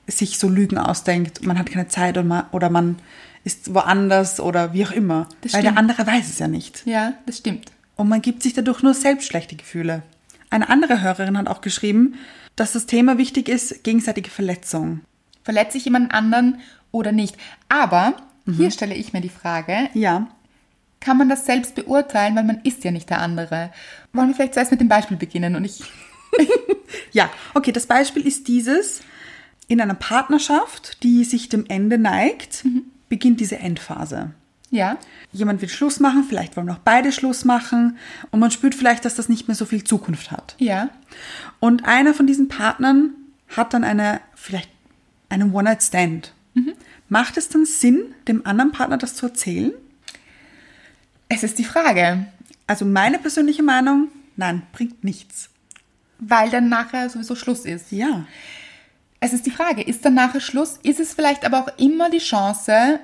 sich so Lügen ausdenkt, man hat keine Zeit oder man, oder man ist woanders oder wie auch immer. Das Weil der stimmt. andere weiß es ja nicht. Ja, das stimmt. Und man gibt sich dadurch nur selbst schlechte Gefühle. Eine andere Hörerin hat auch geschrieben, dass das Thema wichtig ist, gegenseitige Verletzung. Verletze ich jemanden anderen oder nicht? Aber hier stelle ich mir die Frage, Ja. kann man das selbst beurteilen, weil man ist ja nicht der andere. Wollen wir vielleicht zuerst mit dem Beispiel beginnen und ich. Ja, okay, das Beispiel ist dieses. In einer Partnerschaft, die sich dem Ende neigt, beginnt diese Endphase. Ja, Jemand will Schluss machen, vielleicht wollen auch beide Schluss machen und man spürt vielleicht, dass das nicht mehr so viel Zukunft hat. ja, Und einer von diesen Partnern hat dann eine, vielleicht einen One-Night-Stand. Macht es dann Sinn, dem anderen Partner das zu erzählen? es ist die Frage, Also meine persönliche Meinung, nein, bringt nichts. weil dann nachher sowieso Schluss ist. Ja. Es ist die Frage, ist dann nachher Schluss? Ist es vielleicht aber auch immer die Chance,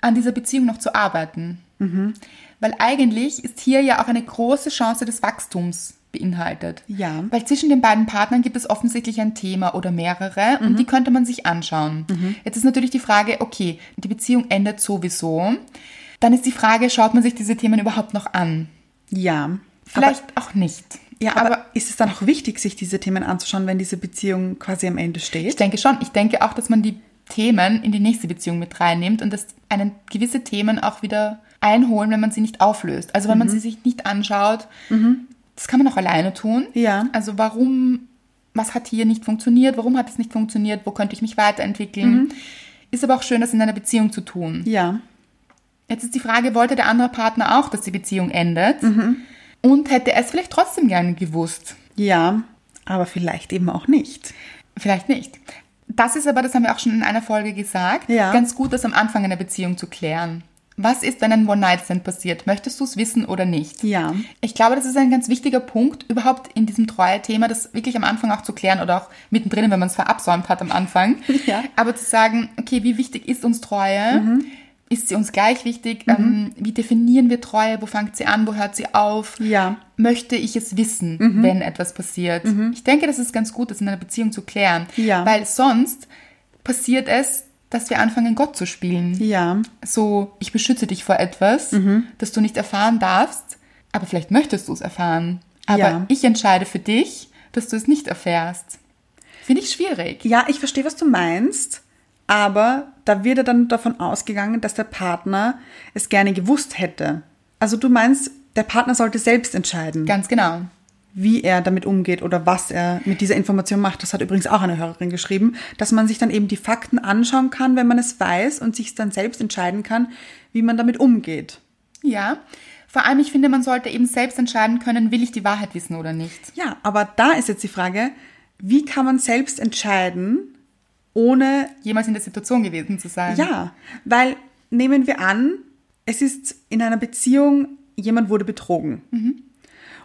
an dieser Beziehung noch zu arbeiten? Mhm. Weil eigentlich ist hier ja auch eine große Chance des Wachstums beinhaltet. Ja. Weil zwischen den beiden Partnern gibt es offensichtlich ein Thema oder mehrere Mhm. und die könnte man sich anschauen. Jetzt ist natürlich die Frage, okay, die Beziehung endet sowieso. Dann ist die Frage, schaut man sich diese Themen überhaupt noch an? Ja. Vielleicht auch nicht. Aber, ja, aber, ist es dann auch wichtig, sich diese Themen anzuschauen, wenn diese Beziehung quasi am Ende Ich steht? denke schon. Ich denke auch, dass man die Themen in die nächste Beziehung mit reinnimmt und dass einen gewisse Themen auch wieder einholen, wenn man sie nicht auflöst. Also Mhm. wenn man sie sich nicht anschaut, das kann man auch alleine tun. Ja. Also warum, was hat hier nicht funktioniert, warum hat es nicht funktioniert, wo könnte ich mich weiterentwickeln? Ist aber auch schön, das in einer Beziehung zu tun. Mhm. Ja. Jetzt ist die Frage, wollte der andere Partner auch, dass die Beziehung endet? Mhm. Und hätte er es vielleicht trotzdem gerne gewusst? Ja. Aber vielleicht eben auch nicht. Vielleicht nicht. Das ist aber, das haben wir auch schon in einer Folge gesagt, Ja. ganz gut, das am Anfang einer Beziehung zu klären. Was ist, wenn ein One-Night-Stand passiert? Möchtest du es wissen oder nicht? Ja. Ich glaube, das ist ein ganz wichtiger Punkt, überhaupt in diesem Treue-Thema, das wirklich am Anfang auch zu klären oder auch mittendrin, wenn man es verabsäumt hat am Anfang. *laughs* Ja. Mhm. Aber zu sagen, okay, wie wichtig ist uns Treue? Ist sie uns gleich wichtig? Ähm, wie definieren wir Treue? Wo fängt sie an? Wo hört sie auf? Ja. möchte ich es wissen, Mhm. wenn etwas passiert? Ich denke, das ist ganz gut, das in einer Beziehung zu klären. Ja. Weil sonst passiert es, dass wir anfangen, Gott zu spielen. Ja. Mhm. So, ich beschütze dich vor etwas, das du nicht erfahren darfst, aber vielleicht möchtest du es erfahren. Aber Ja. ich entscheide für dich, dass du es nicht erfährst. Finde ich schwierig. Ja, ich verstehe, was du meinst. Aber da wird ja dann davon ausgegangen, dass der Partner es gerne gewusst hätte. Also du meinst, der Partner sollte selbst entscheiden. Ganz genau. wie er damit umgeht oder was er mit dieser Information macht. Das hat übrigens auch eine Hörerin geschrieben, dass man sich dann eben die Fakten anschauen kann, wenn man es weiß und sich dann selbst entscheiden kann, wie man damit umgeht. Ja. Vor allem, ich finde, man sollte eben selbst entscheiden können, will ich die Wahrheit wissen oder nicht. Ja, aber da ist jetzt die Frage, wie kann man selbst entscheiden, ohne Jemals in der Situation gewesen zu sein. Ja, weil nehmen wir an, es ist in einer Beziehung, jemand wurde betrogen.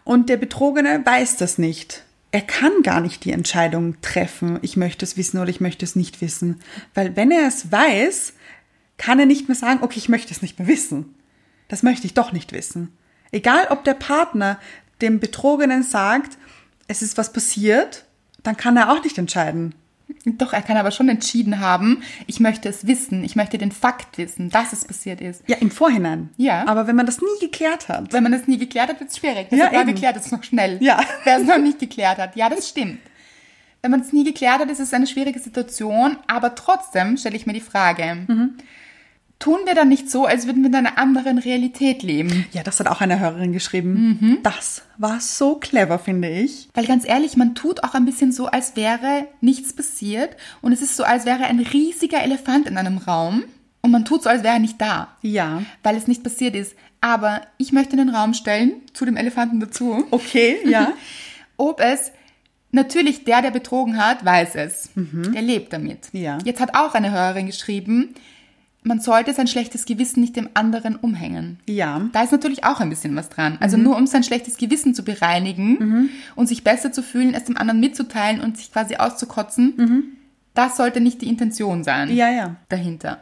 Und der Betrogene weiß das nicht. Er kann gar nicht die Entscheidung treffen, ich möchte es wissen oder ich möchte es nicht wissen. Weil wenn er es weiß, kann er nicht mehr sagen, okay, ich möchte es nicht mehr wissen. Das möchte ich doch nicht wissen. Egal, ob der Partner dem Betrogenen sagt, es ist was passiert, dann kann er auch nicht entscheiden. Doch, er kann aber schon entschieden haben, ich möchte es wissen, ich möchte den Fakt wissen, dass es passiert ist. Ja, im Vorhinein. Ja. Aber wenn man das nie geklärt hat. Wenn man das nie geklärt hat, wird es schwierig. Deshalb Ja, war eben. geklärt, ist noch schnell. Ja. *laughs* Wer es noch nicht geklärt hat. Ja, das stimmt. Wenn man es nie geklärt hat, ist es eine schwierige Situation, aber trotzdem stelle ich mir die Frage, Mhm. tun wir dann nicht so, als würden wir in einer anderen Realität leben? Ja, das hat auch eine Hörerin geschrieben. Mhm. Das war so clever, finde ich. Weil ganz ehrlich, man tut auch ein bisschen so, als wäre nichts passiert und es ist so, als wäre ein riesiger Elefant in einem Raum und man tut so, als wäre er nicht da. Ja. Weil es nicht passiert ist. Aber ich möchte in den Raum stellen, zu dem Elefanten dazu, *laughs* Okay, ja. ob es natürlich der, der betrogen hat, weiß es. Der lebt damit. Ja. Jetzt hat auch eine Hörerin geschrieben, man sollte sein schlechtes Gewissen nicht dem anderen umhängen. ja. Da ist natürlich auch ein bisschen was dran. Mhm. Also nur um sein schlechtes Gewissen zu bereinigen und sich besser zu fühlen, es dem anderen mitzuteilen und sich quasi auszukotzen, das sollte nicht die Intention sein Mhm. Ja, ja. dahinter.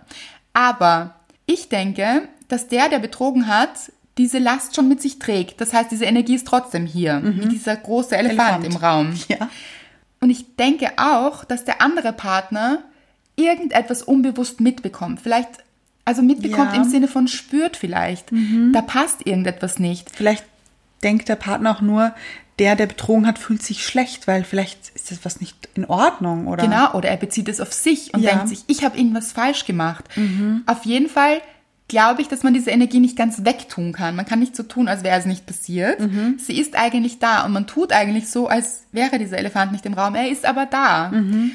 Aber ich denke, dass der, der betrogen hat, diese Last schon mit sich trägt. Das heißt, diese Energie ist trotzdem hier, wie dieser große Elefant, Mhm. Elefant. im Raum. Ja. Und ich denke auch, dass der andere Partner irgendetwas unbewusst mitbekommt. Vielleicht, also mitbekommt Ja. im Sinne von spürt vielleicht. Da passt irgendetwas nicht. Vielleicht denkt der Partner auch nur, der, der betrogen hat, fühlt sich schlecht, weil vielleicht ist das was nicht in Ordnung, oder? Genau, oder er bezieht es auf sich und Ja. Mhm. denkt sich, ich habe irgendwas falsch gemacht. Auf jeden Fall glaube ich, dass man diese Energie nicht ganz wegtun kann. Man kann nicht so tun, als wäre es nicht passiert. Mhm. Sie ist eigentlich da und man tut eigentlich so, als wäre dieser Elefant nicht im Raum. Er ist aber da. Mhm.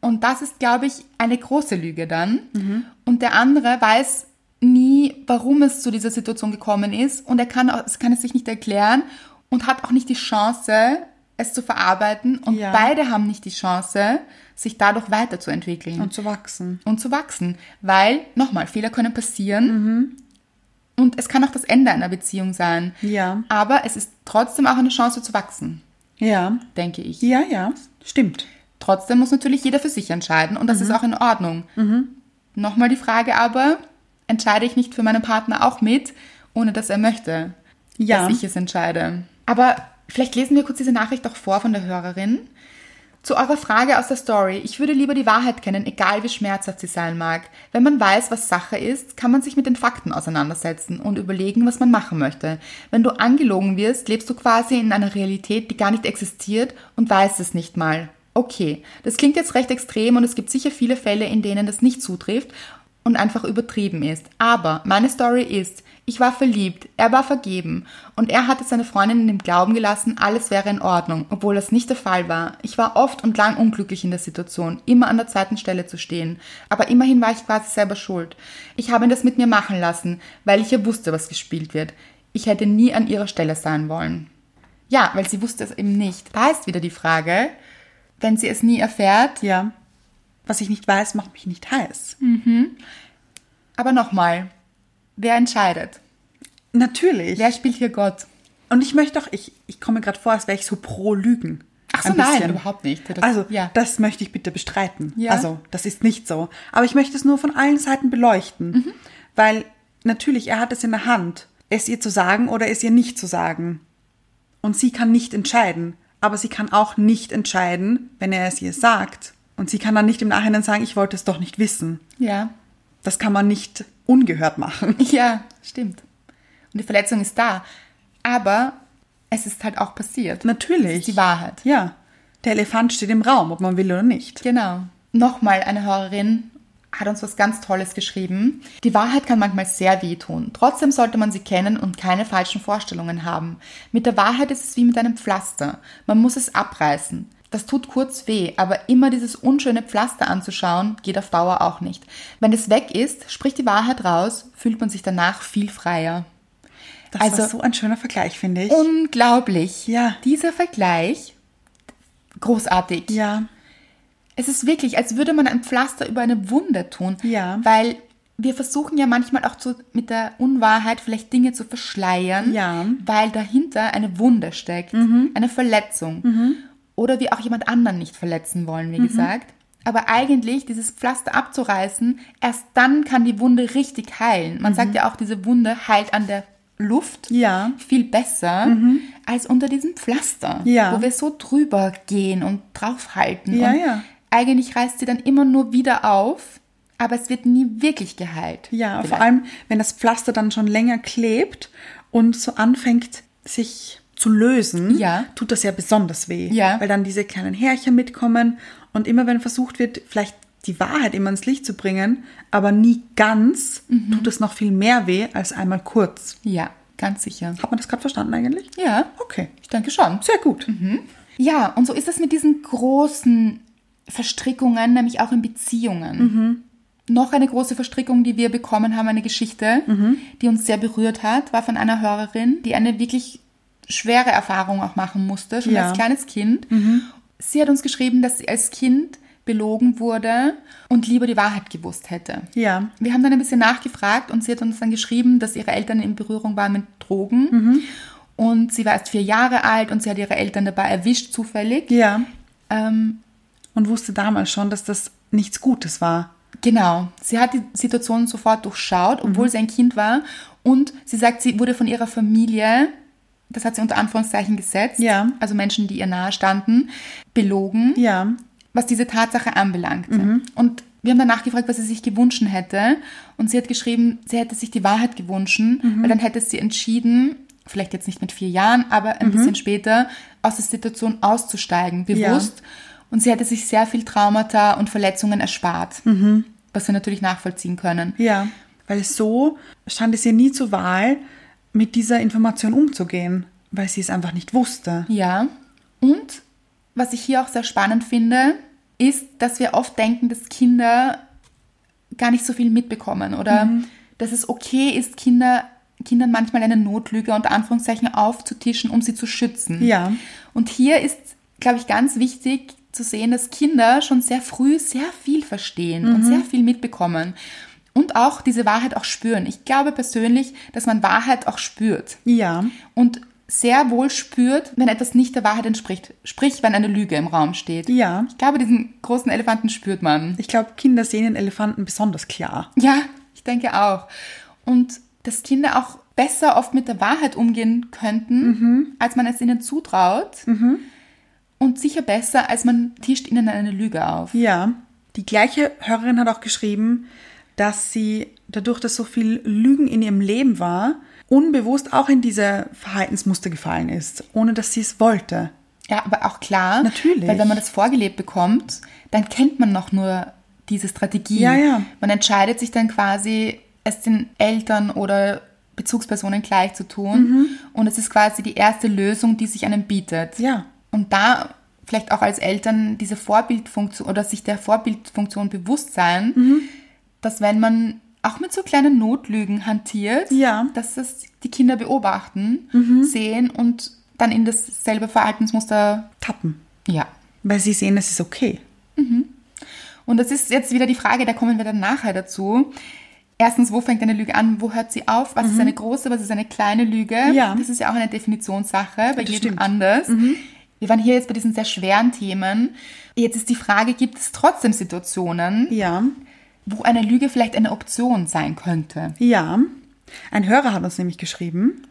Und das ist, glaube ich, eine große Lüge dann. Mhm. Und der andere weiß nie, warum es zu dieser Situation gekommen ist und er kann, auch, es kann es sich nicht erklären und hat auch nicht die Chance, es zu verarbeiten. Und Ja. beide haben nicht die Chance, sich dadurch weiterzuentwickeln Und und, zu wachsen. zu wachsen. Weil, nochmal, Fehler können passieren. Mhm. Und es kann auch das Ende einer Beziehung sein. Ja. Aber es ist trotzdem auch eine Chance zu wachsen, Ja. denke ich. Ja, ja. Stimmt. Trotzdem muss natürlich jeder für sich entscheiden und das Mhm. ist auch in Ordnung. Nochmal die Frage aber, entscheide ich nicht für meinen Partner auch mit, ohne dass er möchte, Ja. dass ich es entscheide. Aber vielleicht lesen wir kurz diese Nachricht auch vor von der Hörerin. Zu eurer Frage aus der Story. Ich würde lieber die Wahrheit kennen, egal wie schmerzhaft sie sein mag. Wenn man weiß, was Sache ist, kann man sich mit den Fakten auseinandersetzen und überlegen, was man machen möchte. Wenn du angelogen wirst, lebst du quasi in einer Realität, die gar nicht existiert und weißt es nicht mal. Okay, das klingt jetzt recht extrem und es gibt sicher viele Fälle, in denen das nicht zutrifft und einfach übertrieben ist. Aber meine Story ist, ich war verliebt, er war vergeben und er hatte seine Freundin in dem Glauben gelassen, alles wäre in Ordnung, obwohl das nicht der Fall war. Ich war oft und lang unglücklich in der Situation, immer an der zweiten Stelle zu stehen. Aber immerhin war ich quasi selber schuld. Ich habe ihn das mit mir machen lassen, weil ich ja wusste, was gespielt wird. Ich hätte nie an ihrer Stelle sein wollen. Ja, weil sie wusste es eben nicht. Da ist wieder die Frage, wenn sie es nie erfährt, Ja. Was ich nicht weiß, macht mich nicht heiß. Hm. aber nochmal, wer entscheidet? Natürlich. Wer spielt hier Gott? Und ich möchte auch, ich, ich komme gerade vor, als wäre ich so pro Lügen. Ach so, Ein nein, bisschen. überhaupt nicht. Das- also, ja. das möchte ich bitte bestreiten. Ja. Also, das ist nicht so. Aber ich möchte es nur von allen Seiten beleuchten. Mhm. Weil natürlich, er hat es in der Hand, es ihr zu sagen oder es ihr nicht zu sagen. Und sie kann nicht entscheiden. Aber sie kann auch nicht entscheiden, wenn er es ihr sagt. Und sie kann dann nicht im Nachhinein sagen, ich wollte es doch nicht wissen. Ja. *laughs* Das kann man nicht ungehört machen. Ja, stimmt. Und die Verletzung ist da. Aber es ist halt auch passiert. Natürlich. Das ist die Wahrheit. Ja. Der Elefant steht im Raum, ob man will oder nicht. Genau. Nochmal eine Hörerin hat uns was ganz Tolles geschrieben. Die Wahrheit kann manchmal sehr wehtun. Trotzdem sollte man sie kennen und keine falschen Vorstellungen haben. Mit der Wahrheit ist es wie mit einem Pflaster. Man muss es abreißen. Das tut kurz weh, aber immer dieses unschöne Pflaster anzuschauen, geht auf Dauer auch nicht. Wenn es weg ist, spricht die Wahrheit raus, fühlt man sich danach viel freier. Das Also- war so ein schöner Vergleich, finde ich. Unglaublich. Ja. Dieser Vergleich großartig. Ja. Es ist wirklich, als würde man ein Pflaster über eine Wunde tun. Ja. Weil wir versuchen ja manchmal auch zu, mit der Unwahrheit vielleicht Dinge zu verschleiern, Ja. Mhm. weil dahinter eine Wunde steckt, eine Verletzung. Oder wir auch jemand anderen nicht verletzen wollen, Mhm. wie gesagt. Aber eigentlich dieses Pflaster abzureißen, erst dann kann die Wunde richtig heilen. Man sagt ja auch, diese Wunde heilt an der Luft Mhm. Ja. Mhm. viel besser als unter diesem Pflaster, Ja. wo wir so drüber gehen und draufhalten. Ja, und ja. Eigentlich reißt sie dann immer nur wieder auf, aber es wird nie wirklich geheilt. Ja, vor Vielleicht. allem, wenn das Pflaster dann schon länger klebt und so anfängt, sich zu lösen, Ja. tut das ja besonders weh. Ja. Weil dann diese kleinen Härchen mitkommen und immer wenn versucht wird, vielleicht die Wahrheit immer ins Licht zu bringen, aber nie ganz, Mhm. tut es noch viel mehr weh als einmal kurz. Ja, ganz sicher. Hat man das gerade verstanden eigentlich? Ja, Okay. ich denke schon. Sehr gut. Mhm. Ja, und so ist es mit diesen großen Verstrickungen, nämlich auch in Beziehungen. Mhm. Noch eine große Verstrickung, die wir bekommen haben, eine Geschichte, Mhm. die uns sehr berührt hat, war von einer Hörerin, die eine wirklich schwere Erfahrung auch machen musste, schon Ja. Mhm. als kleines Kind. Sie hat uns geschrieben, dass sie als Kind belogen wurde und lieber die Wahrheit gewusst hätte. Ja. Wir haben dann ein bisschen nachgefragt und sie hat uns dann geschrieben, dass ihre Eltern in Berührung waren mit Drogen. Mhm. Und sie war erst vier Jahre alt und sie hat ihre Eltern dabei erwischt, zufällig. Ja. Ähm, Und wusste damals schon, dass das nichts Gutes war. genau. Sie hat die Situation sofort durchschaut, Mhm. obwohl sie ein Kind war. Und sie sagt, sie wurde von ihrer Familie, das hat sie unter Anführungszeichen gesetzt, Ja. also Menschen, die ihr nahe standen, belogen. Ja. was diese Tatsache anbelangte. Und wir haben dann nachgefragt, was sie sich gewünscht hätte. Und sie hat geschrieben, sie hätte sich die Wahrheit gewünscht, weil dann hätte sie entschieden, vielleicht jetzt nicht mit vier Jahren, aber ein bisschen später, aus der Situation auszusteigen, bewusst. Und sie hätte sich sehr viel Traumata und Verletzungen erspart, was wir natürlich nachvollziehen können. Ja, weil so stand es ihr nie zur Wahl, mit dieser Information umzugehen, weil sie es einfach nicht wusste. Ja, und was ich hier auch sehr spannend finde, ist, dass wir oft denken, dass Kinder gar nicht so viel mitbekommen oder dass es okay ist, Kinder, Kindern manchmal eine Notlüge unter Anführungszeichen aufzutischen, um sie zu schützen. Ja. Und hier ist, glaube ich, ganz wichtig zu sehen, dass Kinder schon sehr früh sehr viel verstehen und sehr viel mitbekommen und auch diese Wahrheit auch spüren. Ich glaube persönlich, dass man Wahrheit auch spürt Ja, und sehr wohl spürt, wenn etwas nicht der Wahrheit entspricht. Sprich, wenn eine Lüge im Raum steht. ja. Ich glaube, diesen großen Elefanten spürt man. Ich glaube, Kinder sehen den Elefanten besonders klar. Ja, ich denke auch. Und dass Kinder auch besser oft mit der Wahrheit umgehen könnten, als man es ihnen zutraut. Und sicher besser, als man tischt ihnen eine Lüge auf. Ja. Die gleiche Hörerin hat auch geschrieben, dass sie dadurch, dass so viel Lügen in ihrem Leben war, unbewusst auch in diese Verhaltensmuster gefallen ist, ohne dass sie es wollte. Ja, aber auch klar. Natürlich. Weil wenn man das vorgelebt bekommt, dann kennt man noch nur diese Strategie. Ja, ja. Man entscheidet sich dann quasi, es den Eltern oder Bezugspersonen gleich zu tun. Mhm. Und es ist quasi die erste Lösung, die sich einem bietet. Ja. Und da vielleicht auch als Eltern diese Vorbildfunktion oder sich der Vorbildfunktion bewusst sein, dass wenn man auch mit so kleinen Notlügen hantiert, Ja. dass das die Kinder beobachten, sehen und dann in dasselbe Verhaltensmuster, Tappen. ja. Weil sie sehen, es ist okay. Und das ist jetzt wieder die Frage, da kommen wir dann nachher dazu. Erstens, wo fängt eine Lüge an? Wo hört sie auf? Was ist eine große? Was ist eine kleine Lüge? Mhm. Ja. Das ist ja auch eine Definitionssache, bei jedem stimmt. Mhm. anders. Wir waren hier jetzt bei diesen sehr schweren Themen. Jetzt ist die Frage, gibt es trotzdem Situationen, Ja. wo eine Lüge vielleicht eine Option sein könnte? Ja, ein Hörer hat uns nämlich geschrieben,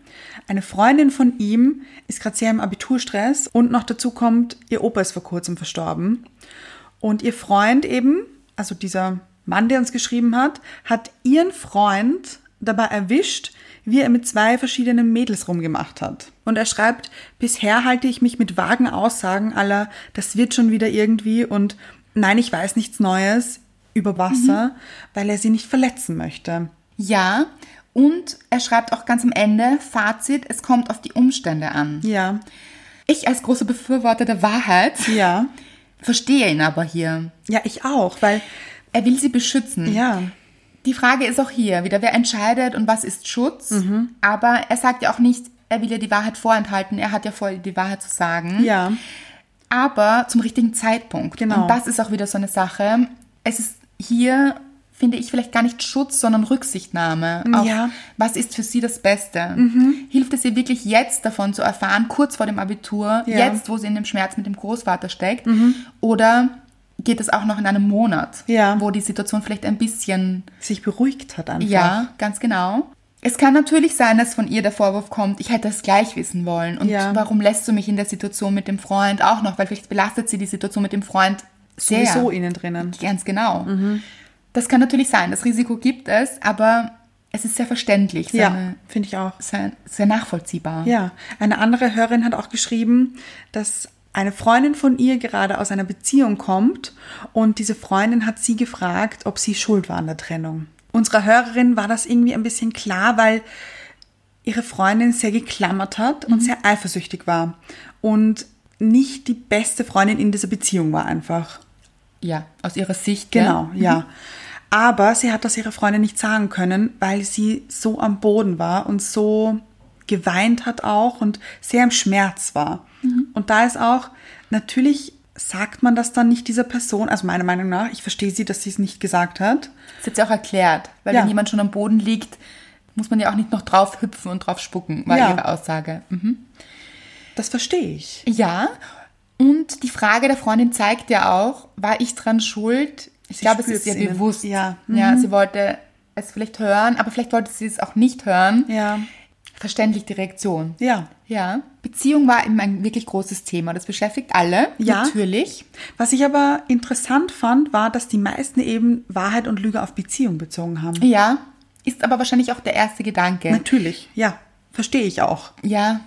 eine Freundin von ihm ist gerade sehr im Abiturstress und noch dazu kommt, ihr Opa ist vor kurzem verstorben. Und ihr Freund eben, also dieser Mann, der uns geschrieben hat, hat ihren Freund dabei erwischt, wie er mit zwei verschiedenen Mädels rumgemacht hat. Und er schreibt, bisher halte ich mich mit vagen Aussagen aller, das wird schon wieder irgendwie und nein, ich weiß nichts Neues über Wasser, weil er sie nicht verletzen möchte. Ja. Und er schreibt auch ganz am Ende, Fazit, es kommt auf die Umstände an. Ja, Ich als großer Befürworter der Wahrheit ja. verstehe ihn aber hier. Ja, ich auch, weil, Er will sie beschützen. ja, Die Frage ist auch hier wieder, wer entscheidet und was ist Schutz? Hm? Aber er sagt ja auch nicht, er will ihr die Wahrheit vorenthalten. Er hat ja vor, ihr die Wahrheit zu sagen. ja, aber zum richtigen Zeitpunkt. Genau. Und das ist auch wieder so eine Sache. Es ist hier, finde ich, vielleicht gar nicht Schutz, sondern Rücksichtnahme. Auf, Ja. Mhm. Was ist für sie das Beste? Hilft es ihr wirklich jetzt davon zu erfahren, kurz vor dem Abitur, Ja. Mhm. jetzt, wo sie in dem Schmerz mit dem Großvater steckt? Oder geht es auch noch in einem Monat, Ja. wo die Situation vielleicht ein bisschen sich beruhigt hat einfach. ja, ganz genau. Es kann natürlich sein, dass von ihr der Vorwurf kommt, ich hätte es gleich wissen wollen. Und Ja. warum lässt du mich in der Situation mit dem Freund auch noch? Weil vielleicht belastet sie die Situation mit dem Freund sehr. Wieso innen drinnen? Ganz genau. Mhm. Das kann natürlich sein. Das Risiko gibt es, aber es ist sehr verständlich, Ja, seine, finde ich auch. sehr, sehr nachvollziehbar. Ja, eine andere Hörerin hat auch geschrieben, dass eine Freundin von ihr gerade aus einer Beziehung kommt und diese Freundin hat sie gefragt, ob sie schuld war an der Trennung. Unserer Hörerin war das irgendwie ein bisschen klar, weil ihre Freundin sehr geklammert hat Mhm. und sehr eifersüchtig war und nicht die beste Freundin in dieser Beziehung war einfach. Ja, aus ihrer Sicht. Genau, Ja. ja. Aber sie hat das ihrer Freundin nicht sagen können, weil sie so am Boden war und so geweint hat auch und sehr im Schmerz war. Und da ist auch, natürlich sagt man das dann nicht dieser Person, also meiner Meinung nach, ich verstehe sie, dass sie es nicht gesagt hat. Das hat sie auch erklärt. Weil Ja. wenn jemand schon am Boden liegt, muss man ja auch nicht noch drauf hüpfen und drauf spucken, war Ja. ihre Aussage. Mhm. Das verstehe ich. Ja, und die Frage der Freundin zeigt ja auch, war ich dran schuld? Ich Sie glaube, es ist spürt's ihr innen. bewusst. Ja. Mhm. ja, sie wollte es vielleicht hören, aber vielleicht wollte sie es auch nicht hören. Ja. Verständlich die Reaktion. Ja. Ja. Beziehung war eben ein wirklich großes Thema. Das beschäftigt alle. Ja. Natürlich. Was ich aber interessant fand, war, dass die meisten eben Wahrheit und Lüge auf Beziehung bezogen haben. Ja. Ist aber wahrscheinlich auch der erste Gedanke. Natürlich, ja. Verstehe ich auch. Ja.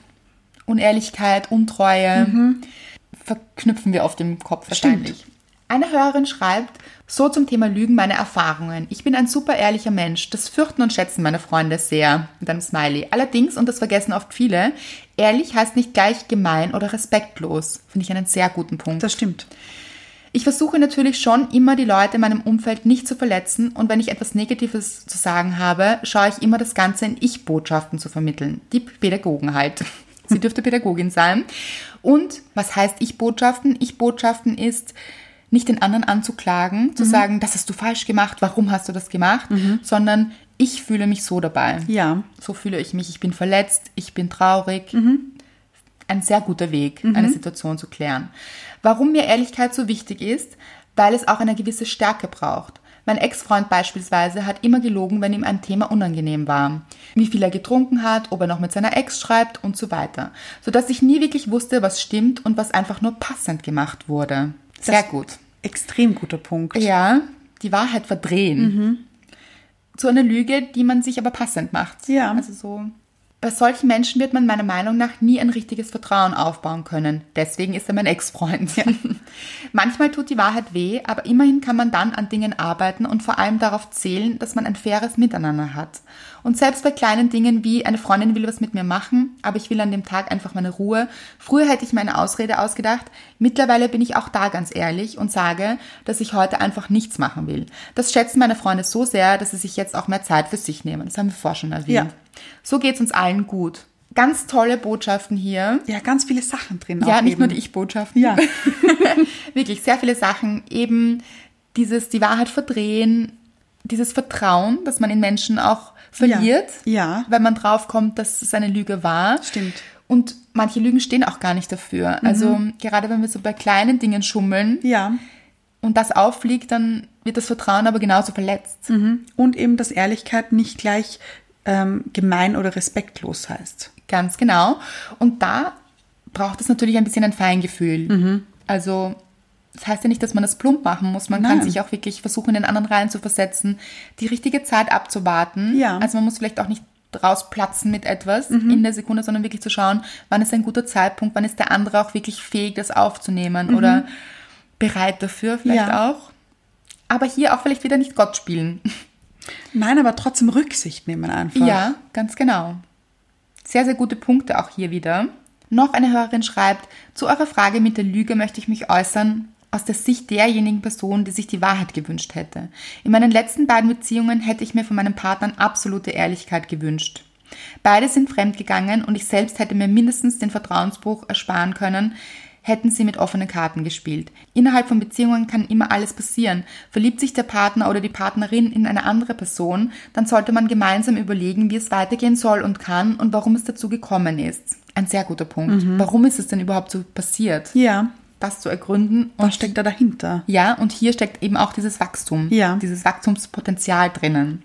Unehrlichkeit, Untreue verknüpfen wir auf dem Kopf wahrscheinlich. Eine Hörerin schreibt, so zum Thema Lügen meine Erfahrungen. Ich bin ein super ehrlicher Mensch. Das fürchten und schätzen meine Freunde sehr. Mit einem Smiley. Allerdings, und das vergessen oft viele, ehrlich heißt nicht gleich gemein oder respektlos. Finde ich einen sehr guten Punkt. Das stimmt. Ich versuche natürlich schon immer, die Leute in meinem Umfeld nicht zu verletzen und wenn ich etwas Negatives zu sagen habe, schaue ich immer, das Ganze in Ich-Botschaften zu vermitteln. Die Pädagogen halt. *laughs* Sie dürfte Pädagogin sein. Und was heißt Ich-Botschaften? Ich-Botschaften ist, nicht den anderen anzuklagen, zu sagen, das hast du falsch gemacht, warum hast du das gemacht, sondern ich fühle mich so dabei. Ja. So fühle ich mich, ich bin verletzt, ich bin traurig, Mhm. ein sehr guter Weg, eine Situation zu klären. Warum mir Ehrlichkeit so wichtig ist, weil es auch eine gewisse Stärke braucht. Mein Ex-Freund beispielsweise hat immer gelogen, wenn ihm ein Thema unangenehm war. Wie viel er getrunken hat, ob er noch mit seiner Ex schreibt und so weiter. Sodass ich nie wirklich wusste, was stimmt und was einfach nur passend gemacht wurde. Sehr Das- gut. Extrem guter Punkt. Ja, die Wahrheit verdrehen. Mhm. Zu einer Lüge, die man sich aber passend macht. Ja. Also so. Bei solchen Menschen wird man meiner Meinung nach nie ein richtiges Vertrauen aufbauen können. Deswegen ist er mein Ex-Freund. Manchmal tut die Wahrheit weh, aber immerhin kann man dann an Dingen arbeiten und vor allem darauf zählen, dass man ein faires Miteinander hat. Und selbst bei kleinen Dingen wie eine Freundin will was mit mir machen, aber ich will an dem Tag einfach meine Ruhe. Früher hätte ich mir eine Ausrede ausgedacht. Mittlerweile bin ich auch da ganz ehrlich und sage, dass ich heute einfach nichts machen will. Das schätzen meine Freunde so sehr, dass sie sich jetzt auch mehr Zeit für sich nehmen. Das haben wir vorher schon erwähnt. Ja. So geht's uns allen gut. Ganz tolle Botschaften hier. Ja, ganz viele Sachen drin. Ja, auch nicht eben. nur die Ich-Botschaften. *laughs* Ja. Wirklich sehr viele Sachen. Eben dieses die Wahrheit verdrehen, dieses Vertrauen, das man in Menschen auch verliert, Ja. wenn man draufkommt, dass es eine Lüge war. Stimmt. Mhm. Und manche Lügen stehen auch gar nicht dafür. Also gerade wenn wir so bei kleinen Dingen schummeln Ja. und das auffliegt, dann wird das Vertrauen aber genauso verletzt. Mhm. Und eben, dass Ehrlichkeit nicht gleich ähm, gemein oder respektlos heißt. Ganz genau. Und da braucht es natürlich ein bisschen ein Feingefühl. Mhm. Also das heißt ja nicht, dass man das plump machen muss. Man kann Nein. sich auch wirklich versuchen, in den anderen Reihen zu versetzen, die richtige Zeit abzuwarten. Ja. Mhm. Also man muss vielleicht auch nicht rausplatzen mit etwas in der Sekunde, sondern wirklich zu schauen, wann ist ein guter Zeitpunkt, wann ist der andere auch wirklich fähig, das aufzunehmen oder bereit dafür vielleicht Mhm. Ja. auch. Aber hier auch vielleicht wieder nicht Gott spielen. Nein, aber trotzdem Rücksicht nehmen einfach. Ja, ganz genau. Sehr, sehr gute Punkte auch hier wieder. Noch eine Hörerin schreibt, zu eurer Frage mit der Lüge möchte ich mich äußern aus der Sicht derjenigen Person, die sich die Wahrheit gewünscht hätte. In meinen letzten beiden Beziehungen hätte ich mir von meinen Partnern absolute Ehrlichkeit gewünscht. Beide sind fremdgegangen und ich selbst hätte mir mindestens den Vertrauensbruch ersparen können, hätten sie mit offenen Karten gespielt. Innerhalb von Beziehungen kann immer alles passieren. Verliebt sich der Partner oder die Partnerin in eine andere Person, dann sollte man gemeinsam überlegen, wie es weitergehen soll und kann und warum es dazu gekommen ist. Ein sehr guter Punkt. Warum ist es denn überhaupt so passiert? Ja. Das zu ergründen und Was steckt da dahinter? ja, und hier steckt eben auch dieses Wachstum, Ja. dieses Wachstumspotenzial drinnen.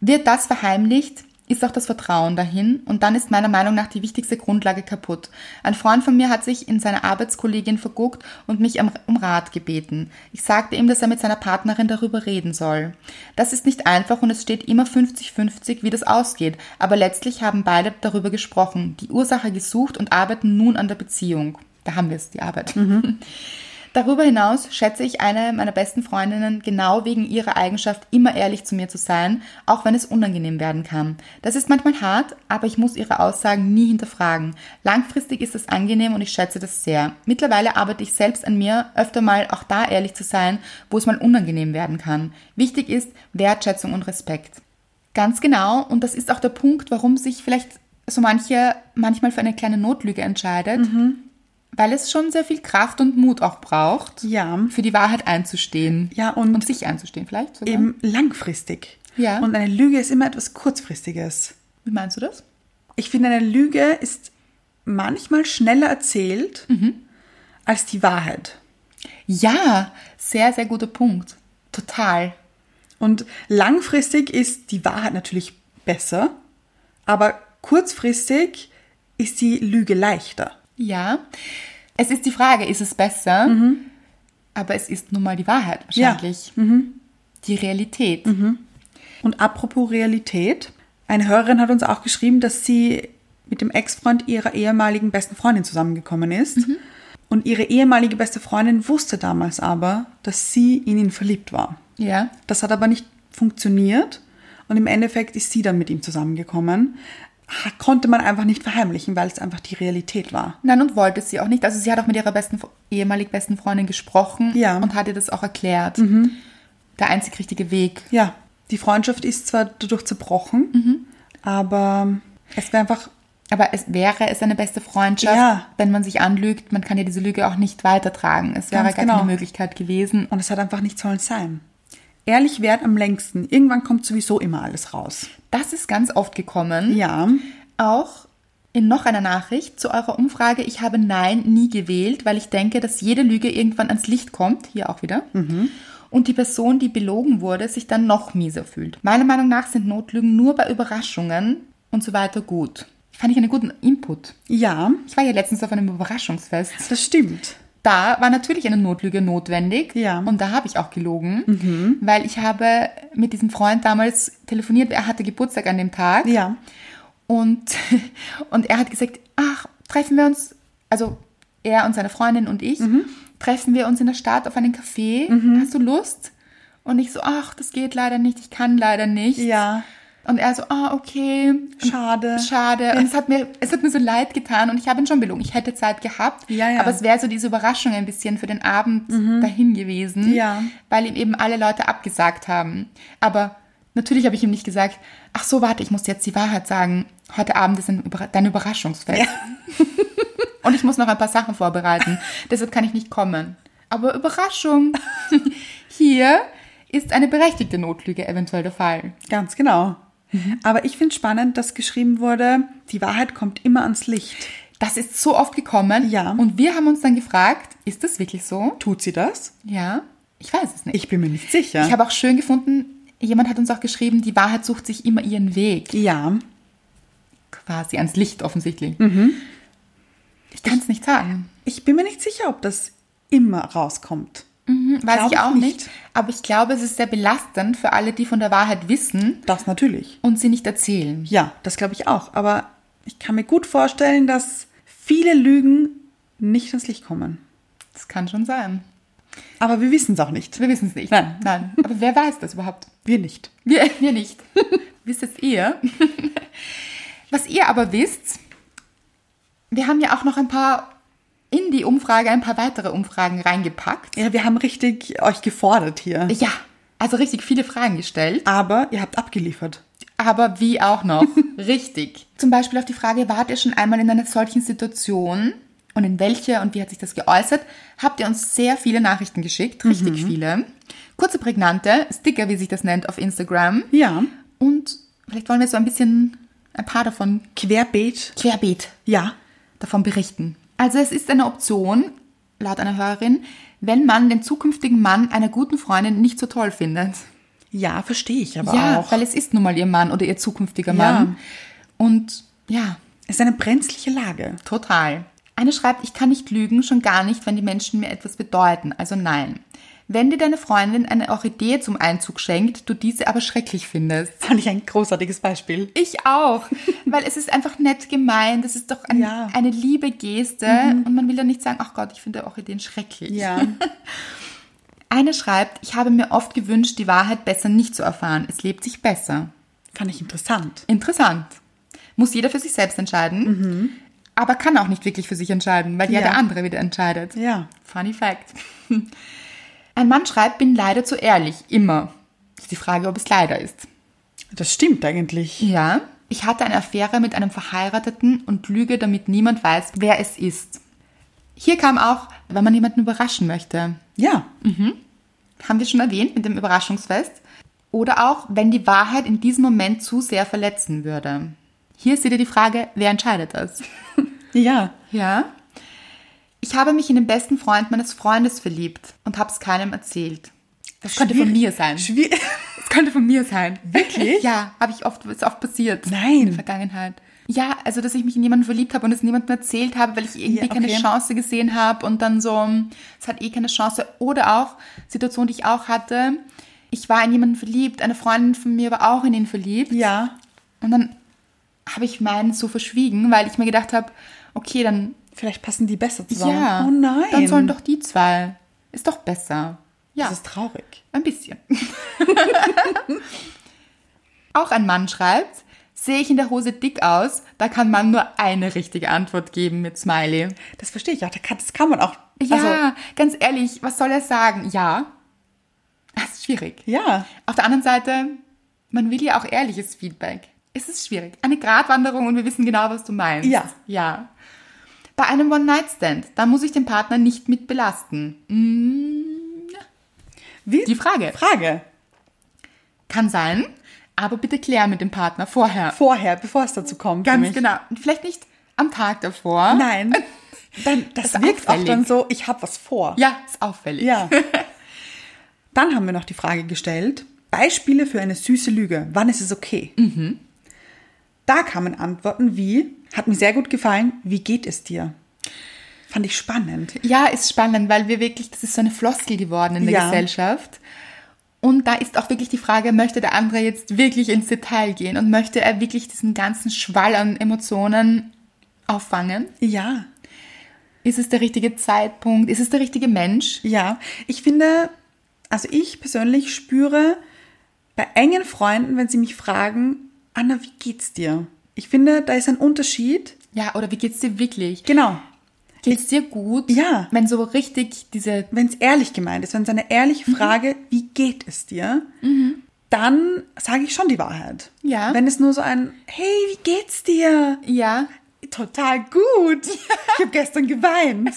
Wird das verheimlicht, ist auch das Vertrauen dahin und dann ist meiner Meinung nach die wichtigste Grundlage kaputt. Ein Freund von mir hat sich in seine Arbeitskollegin verguckt und mich am- um Rat gebeten. Ich sagte ihm, dass er mit seiner Partnerin darüber reden soll. Das ist nicht einfach und es steht immer 50-50, wie das ausgeht, aber letztlich haben beide darüber gesprochen, die Ursache gesucht und arbeiten nun an der Beziehung. Da haben wir es, die Arbeit. Darüber hinaus schätze ich eine meiner besten Freundinnen genau wegen ihrer Eigenschaft, immer ehrlich zu mir zu sein, auch wenn es unangenehm werden kann. Das ist manchmal hart, aber ich muss ihre Aussagen nie hinterfragen. Langfristig ist es angenehm und ich schätze das sehr. Mittlerweile arbeite ich selbst an mir, öfter mal auch da ehrlich zu sein, wo es mal unangenehm werden kann. Wichtig ist Wertschätzung und Respekt. Ganz genau. Und das ist auch der Punkt, warum sich vielleicht so manche manchmal für eine kleine Notlüge entscheidet. Weil es schon sehr viel Kraft und Mut auch braucht, Ja. für die Wahrheit einzustehen. Ja, und- und sich einzustehen vielleicht sogar. Eben langfristig. Ja. Und eine Lüge ist immer etwas Kurzfristiges. Wie meinst du das? Ich finde, eine Lüge ist manchmal schneller erzählt Mhm. als die Wahrheit. Ja, sehr, sehr guter Punkt. Total. Und langfristig ist die Wahrheit natürlich besser, aber kurzfristig ist die Lüge leichter. Ja. Es ist die Frage, ist es besser? Mhm. Aber es ist nun mal die Wahrheit wahrscheinlich. Mhm. Die Realität. Und apropos Realität, eine Hörerin hat uns auch geschrieben, dass sie mit dem Ex-Freund ihrer ehemaligen besten Freundin zusammengekommen ist. Und ihre ehemalige beste Freundin wusste damals aber, dass sie in ihn verliebt war. Ja. Das hat aber nicht funktioniert und im Endeffekt ist sie dann mit ihm zusammengekommen. Ha- Konnte man einfach nicht verheimlichen, weil es einfach die Realität war. Nein, und wollte sie auch nicht. Also sie hat auch mit ihrer besten, ehemalig besten Freundin gesprochen Ja. Mhm. und hat ihr das auch erklärt. Der einzig richtige Weg. Ja, die Freundschaft ist zwar dadurch zerbrochen, aber es wäre einfach, Aber es wäre es eine beste Freundschaft, Ja. wenn man sich anlügt, man kann ja diese Lüge auch nicht weitertragen. Es wäre Ganz gar genau. keine Möglichkeit gewesen. und es hat einfach nicht sollen sein. Ehrlich wert am längsten. Irgendwann kommt sowieso immer alles raus. Das ist ganz oft gekommen. Ja, Auch in noch einer Nachricht zu eurer Umfrage, ich habe Nein nie gewählt, weil ich denke, dass jede Lüge irgendwann ans Licht kommt, hier auch wieder, Mhm. und die Person, die belogen wurde, sich dann noch mieser fühlt. Meiner Meinung nach sind Notlügen nur bei Überraschungen und so weiter gut. Fand ich einen guten Input. ja, Ich war ja letztens auf einem Überraschungsfest. das stimmt. Da war natürlich eine Notlüge notwendig. Ja. Mhm. Und da habe ich auch gelogen, weil ich habe mit diesem Freund damals telefoniert. Er hatte Geburtstag an dem Tag. Ja, Und, *laughs* und er hat gesagt, ach, treffen wir uns, also er und seine Freundin und ich, Mhm. treffen wir uns in der Stadt auf einen Café. Hast du Lust? Und ich so, ach, das geht leider nicht, ich kann leider nicht. ja, Und er so, ah, okay. Schade. Schade. Und es hat, mir, es hat mir so leid getan und ich habe ihn schon belogen. Ich hätte Zeit gehabt, Ja, ja. Mhm. aber es wäre so diese Überraschung ein bisschen für den Abend dahin gewesen, Ja. weil ihm eben alle Leute abgesagt haben. Aber natürlich habe ich ihm nicht gesagt, ach so, warte, ich muss jetzt die Wahrheit sagen. Heute Abend ist ein Überra dein Überraschungsfest. *laughs* und ich muss noch ein paar Sachen *laughs* vorbereiten. Deshalb kann ich nicht kommen. Aber Überraschung, *laughs* hier ist eine berechtigte Notlüge eventuell der Fall. ganz genau. Aber ich finde spannend, dass geschrieben wurde, die Wahrheit kommt immer ans Licht. Das ist so oft gekommen. Ja. Und wir haben uns dann gefragt, ist das wirklich so? Tut sie das? Ja. Ich weiß es nicht. Ich bin mir nicht sicher. Ich habe auch schön gefunden, jemand hat uns auch geschrieben, die Wahrheit sucht sich immer ihren Weg. ja, Quasi ans Licht offensichtlich. Mhm. Ich kann es nicht sagen. ich bin mir nicht sicher, ob das immer rauskommt. Hm, Weiß Glaub ich ich auch nicht. nicht. Aber ich glaube, es ist sehr belastend für alle, die von der Wahrheit wissen Das natürlich. und sie nicht erzählen. Ja, das glaube ich auch. Aber ich kann mir gut vorstellen, dass viele Lügen nicht ans Licht kommen. Das kann schon sein. Aber wir wissen es auch nicht. Wir wissen es nicht. Nein. Nein. Aber wer weiß das überhaupt? Wir nicht. Wir, *laughs* wir nicht. Wisst es ihr? *laughs* Was ihr aber wisst, wir haben ja auch noch ein paar in die Umfrage, ein paar weitere Umfragen reingepackt. Ja, wir haben richtig euch gefordert hier. Ja, also richtig viele Fragen gestellt, Aber ihr habt abgeliefert. aber wie auch noch. richtig. Zum Beispiel auf die Frage, wart ihr schon einmal in einer solchen Situation? und in welcher und wie hat sich das geäußert, habt ihr uns sehr viele Nachrichten geschickt, richtig viele. Kurze, prägnante Sticker, wie sich das nennt, auf Instagram. Ja. Und vielleicht wollen wir so ein bisschen ein paar davon Querbeet. querbeet Ja. davon berichten. Also es ist eine Option, laut einer Hörerin, wenn man den zukünftigen Mann einer guten Freundin nicht so toll findet. Ja, verstehe ich aber ja, auch. weil es ist nun mal ihr Mann oder ihr zukünftiger Mann. Und ja, Es ist eine brenzliche Lage. total. Eine schreibt, ich kann nicht lügen, schon gar nicht, wenn die Menschen mir etwas bedeuten. Also nein. Wenn dir deine Freundin eine Orchidee zum Einzug schenkt, du diese aber schrecklich findest. Fand ich ein großartiges Beispiel. Ich *laughs* auch, weil es ist einfach nett gemeint. Es ist doch ein, Ja. Mhm. eine liebe Geste und man will dann nicht sagen, ach Gott, ich finde Orchideen schrecklich. Ja. Eine schreibt, ich habe mir oft gewünscht, die Wahrheit besser nicht zu erfahren. Es lebt sich besser. *laughs* Fand ich interessant. Interessant. Muss jeder für sich selbst entscheiden, aber kann auch nicht wirklich für sich entscheiden, weil ja, Mhm. Ja. der andere wieder entscheidet. Ja. Funny Fact. *laughs* Ein Mann schreibt, bin leider zu ehrlich, immer. Ist die Frage, ob es leider ist. Das stimmt eigentlich. Ja, ich hatte eine Affäre mit einem Verheirateten und lüge, damit niemand weiß, wer es ist. Hier kam auch, wenn man jemanden überraschen möchte. Ja. Haben wir schon erwähnt mit dem Überraschungsfest. Oder auch, wenn die Wahrheit in diesem Moment zu sehr verletzen würde. Hier ist wieder die Frage, wer entscheidet das? Ja. Ja. Ich habe mich in den besten Freund meines Freundes verliebt und habe es keinem erzählt. Das könnte von mir sein. Schwier *laughs* Das könnte von mir *laughs* sein. Wirklich? Ja, habe ich oft, ist oft passiert. Nein. In der Vergangenheit. Ja, also dass ich mich in jemanden verliebt habe und es niemandem erzählt habe, weil ich irgendwie Ja, okay. keine Chance gesehen habe und dann so, hm, es hat eh keine Chance. Oder auch, Situation, die ich auch hatte, ich war in jemanden verliebt, eine Freundin von mir war auch in ihn verliebt. ja. Und dann habe ich meinen so verschwiegen, weil ich mir gedacht habe, okay, dann, Vielleicht passen die besser zusammen. ja, Oh nein. dann sollen doch die zwei. Ist doch besser. Ja. Das ist traurig. Ein bisschen. *laughs* Auch ein Mann schreibt, sehe ich in der Hose dick aus, da kann man nur eine richtige Antwort geben mit Smiley. Das verstehe ich auch. Da kann- Das kann man auch. Ja, Also, ganz ehrlich, was soll er sagen? Ja. Das ist schwierig. ja. Auf der anderen Seite, man will ja auch ehrliches Feedback. Es ist schwierig. Eine Gratwanderung und wir wissen genau, was du meinst. Ja. Ja. Bei einem One-Night-Stand, da muss ich den Partner nicht mit belasten. Wie? Die Frage. Frage. Kann sein, aber bitte klär mit dem Partner vorher. Vorher, bevor es dazu kommt. für Ganz mich. genau. Und Vielleicht nicht am Tag davor. Nein. Dann, das, Das ist wirkt auch auffällig. dann so, ich habe was vor. Ja, ist auffällig. Ja. *laughs* Dann haben wir noch die Frage gestellt: Beispiele für eine süße Lüge. Wann ist es okay? Mhm. Da kamen Antworten wie: Hat mir sehr gut gefallen, wie geht es dir? Fand ich spannend. Ja, ist spannend, weil wir wirklich, das ist so eine Floskel geworden in der Ja. Gesellschaft. Und da ist auch wirklich die Frage, möchte der andere jetzt wirklich ins Detail gehen und möchte er wirklich diesen ganzen Schwall an Emotionen auffangen? Ja, Ist es der richtige Zeitpunkt? Ist es der richtige Mensch? ja. Ich finde, also ich persönlich spüre bei engen Freunden, wenn sie mich fragen: Anna, wie geht's dir? Ich finde, da ist ein Unterschied. Ja, oder wie geht's dir wirklich? Genau. Geht's dir gut? Ja. Wenn so richtig diese wenn es ehrlich gemeint ist, wenn es eine ehrliche Mhm. Frage, wie geht es dir, dann sage ich schon die Wahrheit. Ja. Wenn es nur so ein, hey, wie geht's dir? ja, Total gut. Ich habe gestern geweint.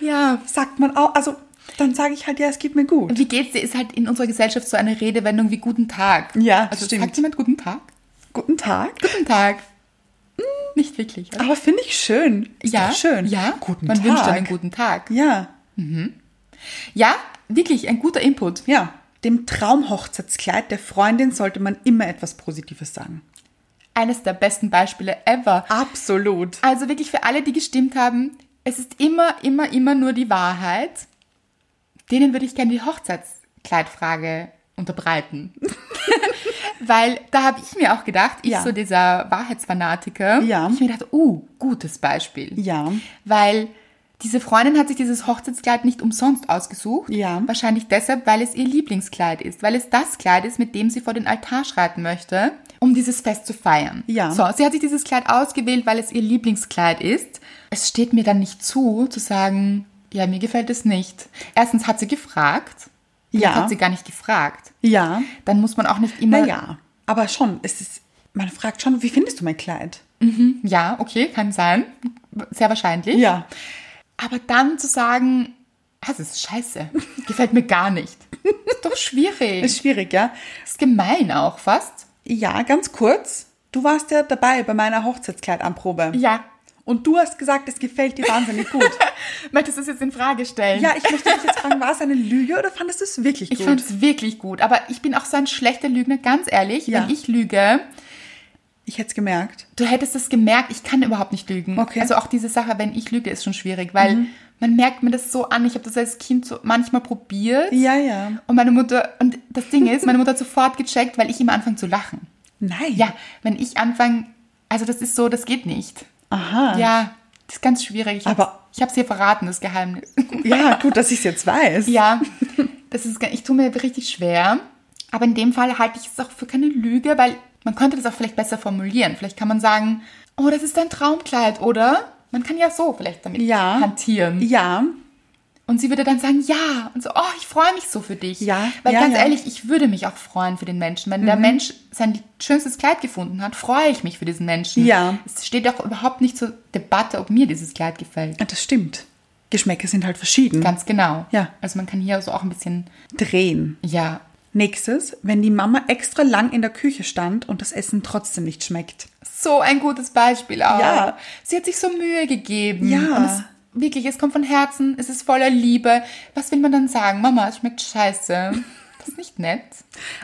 ja, Sagt man auch, also dann sage ich halt, ja, es geht mir gut. Wie geht's dir ist halt in unserer Gesellschaft so eine Redewendung wie guten Tag. Ja, also stimmt. sagt jemand guten Tag? Guten Tag. Guten Tag. Hm, Nicht wirklich. oder? Aber finde ich schön. Ist ja, doch schön. Ja, Guten man Tag. wünscht einen guten Tag. Ja, Ja, wirklich ein guter Input. ja. Dem Traumhochzeitskleid der Freundin sollte man immer etwas Positives sagen. Eines der besten Beispiele ever. Absolut. Also wirklich für alle, die gestimmt haben, es ist immer, immer, immer nur die Wahrheit. Denen würde ich gerne die Hochzeitskleidfrage unterbreiten. *laughs* Weil da habe ich mir auch gedacht, ich Ja. so dieser Wahrheitsfanatiker, Ja. ich mir dachte, uh, gutes Beispiel. Ja. Weil diese Freundin hat sich dieses Hochzeitskleid nicht umsonst ausgesucht. Ja. Wahrscheinlich deshalb, weil es ihr Lieblingskleid ist, weil es das Kleid ist, mit dem sie vor den Altar schreiten möchte, um dieses Fest zu feiern. Ja. So, sie hat sich dieses Kleid ausgewählt, weil es ihr Lieblingskleid ist. Es steht mir dann nicht zu, zu sagen, ja, mir gefällt es nicht. Erstens hat sie gefragt. Ja. Hat sie gar nicht gefragt. Ja. Dann muss man auch nicht immer. Naja, aber schon, es ist, man fragt schon, wie findest du mein Kleid? Ja, okay, kann sein. Sehr wahrscheinlich. Ja. Aber dann zu sagen, das ist scheiße, gefällt mir gar nicht. Ist doch schwierig. Ist schwierig, ja? Ist gemein auch fast. Ja, ganz kurz. Du warst ja dabei bei meiner Hochzeitskleidanprobe. Ja. Und du hast gesagt, es gefällt dir wahnsinnig gut. *laughs* Möchtest du es jetzt in Frage stellen? ja, ich möchte dich jetzt fragen, war es eine Lüge oder fandest du es wirklich Ich gut? fand es wirklich gut, aber ich bin auch so ein schlechter Lügner, ganz ehrlich. Ja. Wenn ich lüge, ich hätte es gemerkt. du hättest es gemerkt, ich kann überhaupt nicht lügen. Okay. Also auch diese Sache, wenn ich lüge, ist schon schwierig, weil man merkt mir das so an. Ich habe das als Kind so manchmal probiert. Ja, ja. Und meine Mutter, und das Ding ist, meine Mutter hat sofort gecheckt, weil ich immer anfange zu lachen. Nein. Ja, wenn ich anfange, also das ist so, das geht nicht. Aha. Ja, das ist ganz schwierig. Ich Aber- hab's- ich habe es dir verraten, das Geheimnis. *laughs* Ja, gut, dass ich es jetzt weiß. ja, das ist, ga- ich tue mir richtig schwer. Aber in dem Fall halte ich es auch für keine Lüge, weil man könnte das auch vielleicht besser formulieren. Vielleicht kann man sagen, oh, das ist dein Traumkleid, oder? Man kann ja so vielleicht damit Ja. hantieren. Ja. Und sie würde dann sagen, ja. Und so, oh, ich freue mich so für dich. Ja, Weil ja, ganz ja. Mhm. ehrlich, ich würde mich auch freuen für den Menschen. Wenn der Mensch sein schönstes Kleid gefunden hat, freue ich mich für diesen Menschen. Ja. Es steht auch überhaupt nicht zur Debatte, ob mir dieses Kleid gefällt. Das stimmt. Geschmäcker sind halt verschieden. Ganz genau. Ja. Also man kann hier also auch ein bisschen, Drehen. ja, Nächstes, wenn die Mama extra lang in der Küche stand und das Essen trotzdem nicht schmeckt. so ein gutes Beispiel auch. Ja. Sie hat sich so Mühe gegeben. Ja. Und es, wirklich, es kommt von Herzen, es ist voller Liebe. Was will man dann sagen? Mama, es schmeckt scheiße. *laughs* Das ist nicht nett.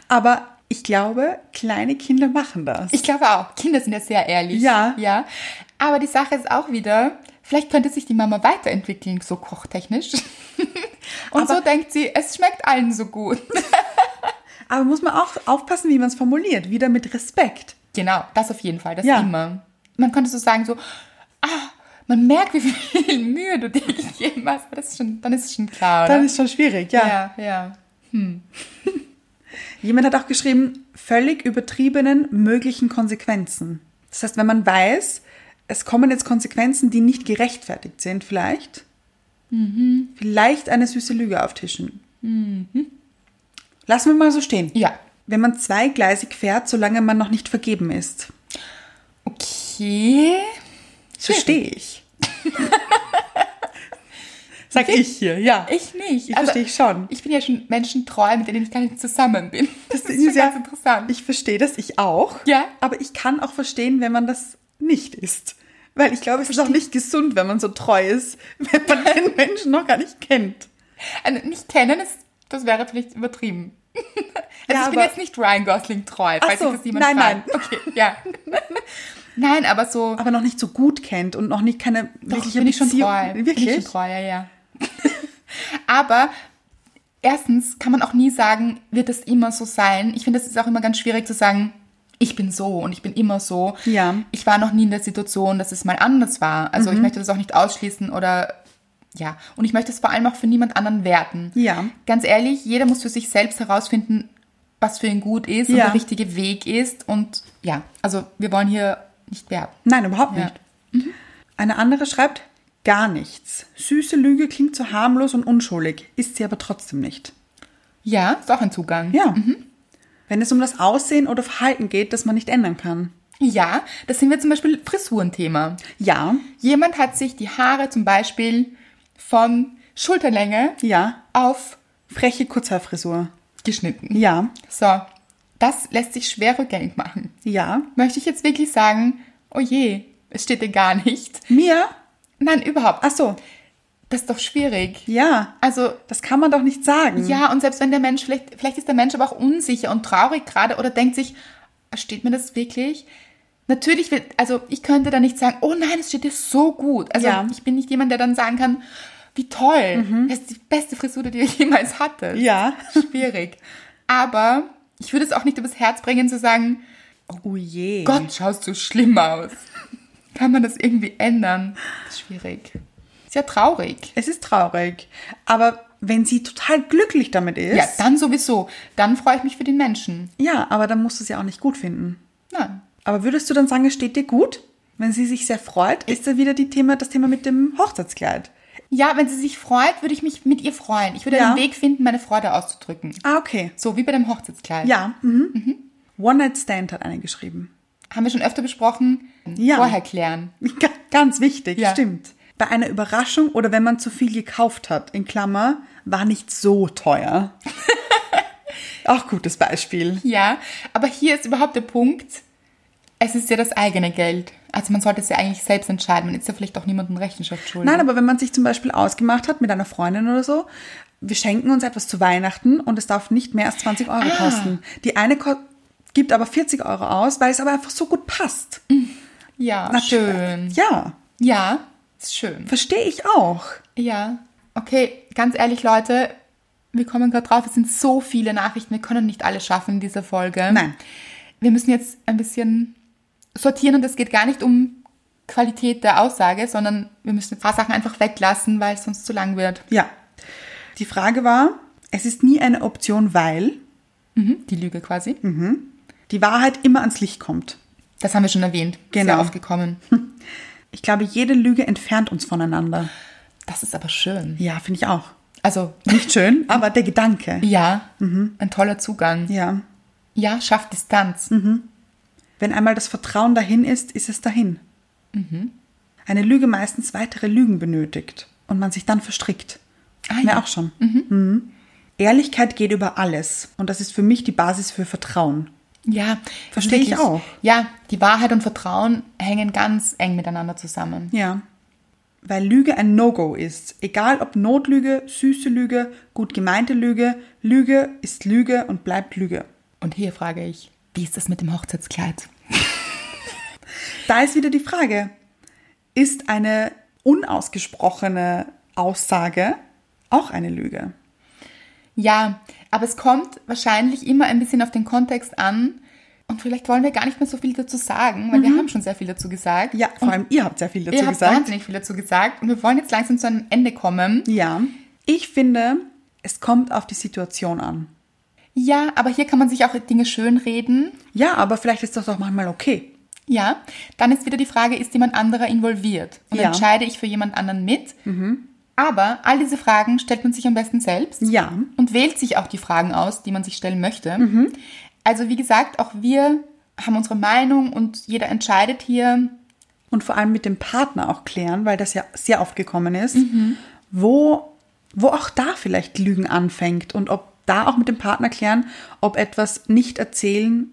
Aber ich glaube, kleine Kinder machen das. Ich glaube auch. Kinder sind ja sehr ehrlich. Ja. Ja. Aber die Sache ist auch wieder, vielleicht könnte sich die Mama weiterentwickeln, so kochtechnisch. *laughs* Und so denkt sie, es schmeckt allen so gut. *laughs* Aber muss man auch aufpassen, wie man es formuliert. Wieder mit Respekt. Genau, das auf jeden Fall, das Ja. immer. Man könnte so sagen, so, ah, man merkt, *laughs* wie viel Mühe du dir gegeben hast. Aber das ist schon, dann ist es schon klar, oder? Dann ist schon schwierig, ja. ja, ja. Jemand hat auch geschrieben, völlig übertriebenen möglichen Konsequenzen. Das heißt, wenn man weiß, es kommen jetzt Konsequenzen, die nicht gerechtfertigt sind, vielleicht. Mhm. Vielleicht eine süße Lüge auftischen. Lassen wir mal so stehen. Ja. Wenn man zweigleisig fährt, solange man noch nicht vergeben ist. Okay. So stehe ich. *laughs* Sag ich hier, ja. Ich nicht. Also, Ich verstehe ich schon. Ich bin ja schon Menschen treu, mit denen ich gar nicht zusammen bin. Das, Das ist schon ganz interessant. Ich verstehe das, ich auch. Ja. Aber ich kann auch verstehen, wenn man das nicht ist. Weil ich glaube, es ist auch nicht gesund, wenn man so treu ist, *laughs* wenn man den Menschen noch gar nicht kennt. Also nicht kennen, ist, das wäre vielleicht übertrieben. Also Ja, ich bin aber- jetzt nicht Ryan Gosling treu, falls so, sich das jemand nein, fragt. Okay, *laughs* ja. nein, aber so Aber noch nicht so gut kennt und noch nicht keine wirkliche bin ich schon Beziehung. treu. Bin Wirklich? ich schon treu, ja, ja. *laughs* aber erstens kann man auch nie sagen, wird das immer so sein. Ich finde, das ist auch immer ganz schwierig zu sagen, ich bin so und ich bin immer so. Ja. Mhm. Ich war noch nie in der Situation, dass es mal anders war. Also ich möchte das auch nicht ausschließen oder ja. Und ich möchte es vor allem auch für niemand anderen werten. Ja. Ganz ehrlich, jeder muss für sich selbst herausfinden, was für ihn gut ist und Ja. der richtige Weg ist. Und ja, also wir wollen hier nicht werten. Nein, überhaupt Ja. nicht. Eine andere schreibt, gar nichts. Süße Lüge klingt so harmlos und unschuldig, ist sie aber trotzdem nicht. Ja, ist auch ein Zugang. Ja. Wenn es um das Aussehen oder Verhalten geht, das man nicht ändern kann. Ja, das sind wir zum Beispiel Frisurenthema. Ja. Jemand hat sich die Haare zum Beispiel von Schulterlänge Ja. auf Freche Kurzhaarfrisur. geschnitten. Ja. So, das lässt sich schwer rückgängig machen. Ja. Möchte ich jetzt wirklich sagen, oh je, es steht dir gar nicht. Mir? Nein, überhaupt. Ach so. Das ist doch schwierig. Ja. Also, Das kann man doch nicht sagen. ja, und selbst wenn der Mensch, vielleicht, vielleicht ist der Mensch aber auch unsicher und traurig gerade oder denkt sich, steht mir das wirklich? Natürlich wird, also ich könnte da nicht sagen, oh nein, es steht dir so gut. Also Ja. ich bin nicht jemand, der dann sagen kann, wie toll, das ist die beste Frisur, die du jemals hattest. Ja. Schwierig. Aber ich würde es auch nicht übers Herz bringen zu sagen, Oh je. Gott, schaust du schlimm aus. Kann man das irgendwie ändern? Das ist schwierig. Ist ja traurig. Es ist traurig. Aber wenn sie total glücklich damit ist, Ja, dann sowieso. Dann freue ich mich für den Menschen. ja aber dann musst du sie auch nicht gut finden. Nein. Aber würdest du dann sagen, es steht dir gut? Wenn sie sich sehr freut, ist da wieder die Thema, das Thema mit dem Hochzeitskleid. Ja, wenn sie sich freut, würde ich mich mit ihr freuen. Ich würde Ja. einen Weg finden, meine Freude auszudrücken. Ah, okay. So wie bei dem Hochzeitskleid. Mhm. Ja. Mhm. One Night Stand hat eine geschrieben. haben wir schon öfter besprochen, Ja. vorher klären. Ga- Ganz wichtig, Ja. stimmt. Bei einer Überraschung oder wenn man zu viel gekauft hat, in Klammer, war nicht *laughs* so teuer. Auch gutes Beispiel. Ja, aber hier ist überhaupt der Punkt, es ist ja das eigene Geld. Also man sollte es ja eigentlich selbst entscheiden. Man ist ja vielleicht auch niemandem Rechenschaft schuldig. Nein, aber wenn man sich zum Beispiel ausgemacht hat mit einer Freundin oder so, wir schenken uns etwas zu Weihnachten und es darf nicht mehr als 20 Euro Ah. kosten. Die eine ko gibt aber 40 Euro aus, weil es aber einfach so gut passt. ja, schön. Ja, Ja, ist schön. verstehe ich auch. Ja. Okay, ganz ehrlich, Leute, wir kommen gerade drauf, es sind so viele Nachrichten, wir können nicht alle schaffen in dieser Folge. Nein. Wir müssen jetzt ein bisschen sortieren und es geht gar nicht um Qualität der Aussage, sondern wir müssen ein paar Sachen einfach weglassen, weil es sonst zu lang wird. Ja. Die Frage war, es ist nie eine Option, weil Mhm. Die Lüge quasi. die Wahrheit immer ans Licht kommt. Das haben wir schon erwähnt. Genau. Sehr aufgekommen. Ich glaube, jede Lüge entfernt uns voneinander. Das ist aber schön. Ja, finde ich auch. Also, *laughs* Nicht schön, aber der Gedanke. ja, Mhm. ein toller Zugang. Ja. Ja, schafft Distanz. Mhm. Wenn einmal das Vertrauen dahin ist, ist es dahin. Mhm. Eine Lüge meistens weitere Lügen benötigt und man sich dann verstrickt. Ah, Haben wir ja. auch schon. Mhm. Ehrlichkeit geht über alles und das ist für mich die Basis für Vertrauen. Ja, Verstehe ich wirklich. auch. Ja, die Wahrheit und Vertrauen hängen ganz eng miteinander zusammen. Ja. Weil Lüge ein No-Go ist. Egal ob Notlüge, süße Lüge, gut gemeinte Lüge, Lüge ist Lüge und bleibt Lüge. Und hier frage ich, wie ist das mit dem Hochzeitskleid? Da ist wieder die Frage, ist eine unausgesprochene Aussage auch eine Lüge? Ja, aber es kommt wahrscheinlich immer ein bisschen auf den Kontext an. Und vielleicht wollen wir gar nicht mehr so viel dazu sagen, weil wir haben schon sehr viel dazu gesagt. Mhm. Ja, vor allem ihr habt sehr viel dazu Ihr habt gesagt. wahnsinnig viel dazu gesagt. Und wir wollen jetzt langsam zu einem Ende kommen. Ja. Ich finde, es kommt auf die Situation an. Ja, aber hier kann man sich auch Dinge schönreden. Ja, aber vielleicht ist das doch manchmal okay. Ja, dann ist wieder die Frage, ist jemand anderer involviert? Und Ja. Mhm. entscheide ich für jemand anderen mit? Aber all diese Fragen stellt man sich am besten selbst Ja. und wählt sich auch die Fragen aus, die man sich stellen möchte. Mhm. Also wie gesagt, auch wir haben unsere Meinung und jeder entscheidet hier. Und vor allem mit dem Partner auch klären, weil das ja sehr oft gekommen ist, Mhm. wo, wo auch da vielleicht Lügen anfängt und ob da auch mit dem Partner klären, ob etwas nicht erzählen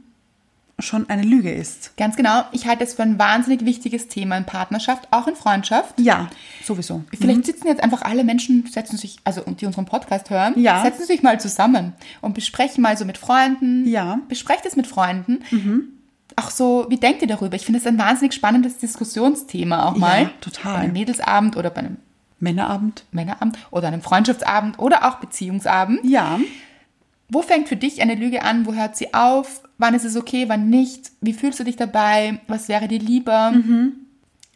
schon eine Lüge ist. Ganz genau, ich halte es für ein wahnsinnig wichtiges Thema in Partnerschaft, auch in Freundschaft. Ja, sowieso. Vielleicht sitzen jetzt einfach alle Menschen, setzen sich, also und die unseren Podcast hören, Ja. setzen sich mal zusammen und besprechen mal so mit Freunden. Ja. Mhm. Besprecht es mit Freunden. Auch so, wie denkt ihr darüber? Ich finde es ein wahnsinnig spannendes Diskussionsthema auch mal. total. Bei einem Mädelsabend oder bei einem Männerabend? Männerabend oder einem Freundschaftsabend oder auch Beziehungsabend. Ja. Wo fängt für dich eine Lüge an? Wo hört sie auf? Wann ist es okay? Wann nicht? Wie fühlst du dich dabei? Was wäre dir lieber?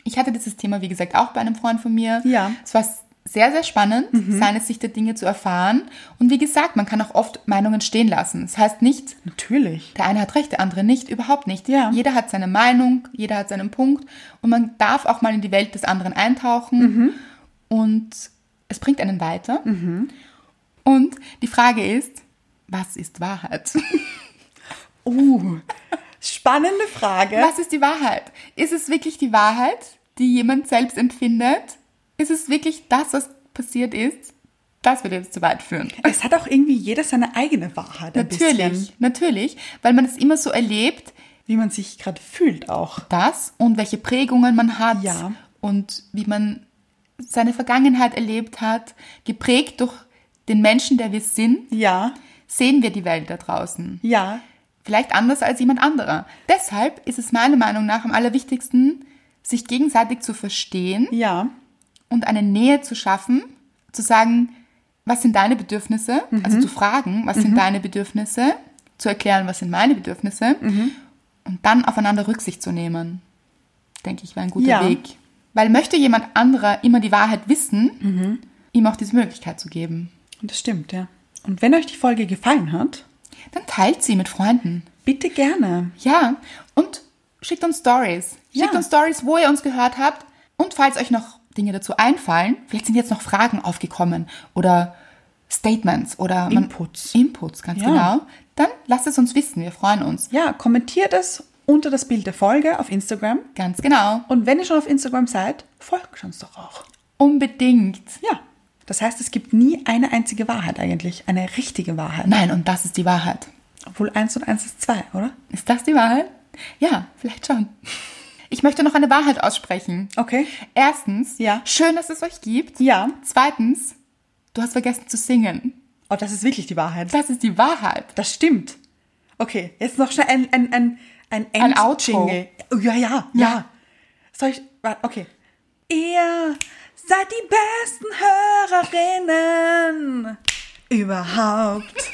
Ich hatte dieses Thema, wie gesagt, auch bei einem Freund von mir. Ja. Es war sehr, sehr spannend, seine Sicht der Dinge zu erfahren. Und wie gesagt, man kann auch oft Meinungen stehen lassen. Das heißt nicht, Natürlich. der eine hat recht, der andere nicht, überhaupt nicht. Ja. Jeder hat seine Meinung, jeder hat seinen Punkt und man darf auch mal in die Welt des anderen eintauchen Mhm. und es bringt einen weiter. Und die Frage ist, was ist Wahrheit? Uh, spannende Frage. Was ist die Wahrheit? Ist es wirklich die Wahrheit, die jemand selbst empfindet? Ist es wirklich das, was passiert ist? Das würde jetzt zu weit führen. Es hat auch irgendwie jeder seine eigene Wahrheit. ein bisschen. Natürlich, natürlich, weil man es immer so erlebt, Wie man sich gerade fühlt auch. das und welche Prägungen man hat Ja. und wie man seine Vergangenheit erlebt hat, geprägt durch den Menschen, der wir sind, Ja, sehen wir die Welt da draußen. ja. Vielleicht anders als jemand anderer. Deshalb ist es meiner Meinung nach am allerwichtigsten, sich gegenseitig zu verstehen Ja, und eine Nähe zu schaffen, zu sagen, was sind deine Bedürfnisse, also zu fragen, was sind deine Bedürfnisse, zu erklären, was sind meine Bedürfnisse und dann aufeinander Rücksicht zu nehmen, denke ich, wäre ein guter Ja. Weg. Weil möchte jemand anderer immer die Wahrheit wissen, ihm auch diese Möglichkeit zu geben, und das stimmt, ja. Und wenn euch die Folge gefallen hat, dann teilt sie mit Freunden. bitte gerne. Ja, und schickt uns Stories. Schickt Ja. uns Stories, wo ihr uns gehört habt. Und falls euch noch Dinge dazu einfallen, vielleicht sind jetzt noch Fragen aufgekommen oder Statements oder man- Inputs. Inputs, ganz Ja. genau. Dann lasst es uns wissen, wir freuen uns. Ja, kommentiert es unter das Bild der Folge auf Instagram. Ganz genau. Und wenn ihr schon auf Instagram seid, folgt uns doch auch. Unbedingt. Ja. Das heißt, es gibt nie eine einzige Wahrheit eigentlich. Eine richtige Wahrheit. Nein, und das ist die Wahrheit. Obwohl eins und eins ist zwei, oder? Ist das die Wahrheit? Ja, vielleicht schon. Ich möchte noch eine Wahrheit aussprechen. Okay. Erstens, Ja. schön, dass es euch gibt. Ja. Zweitens, du hast vergessen zu singen. Oh, das ist wirklich die Wahrheit. Das ist die Wahrheit. Das stimmt. Okay, jetzt noch schnell ein, ein, ein, ein, Ein Outro. End-Jingle. Oh, Ja, ja, ja. Soll ich, warte, okay. Ihr seid die besten Hörerinnen überhaupt.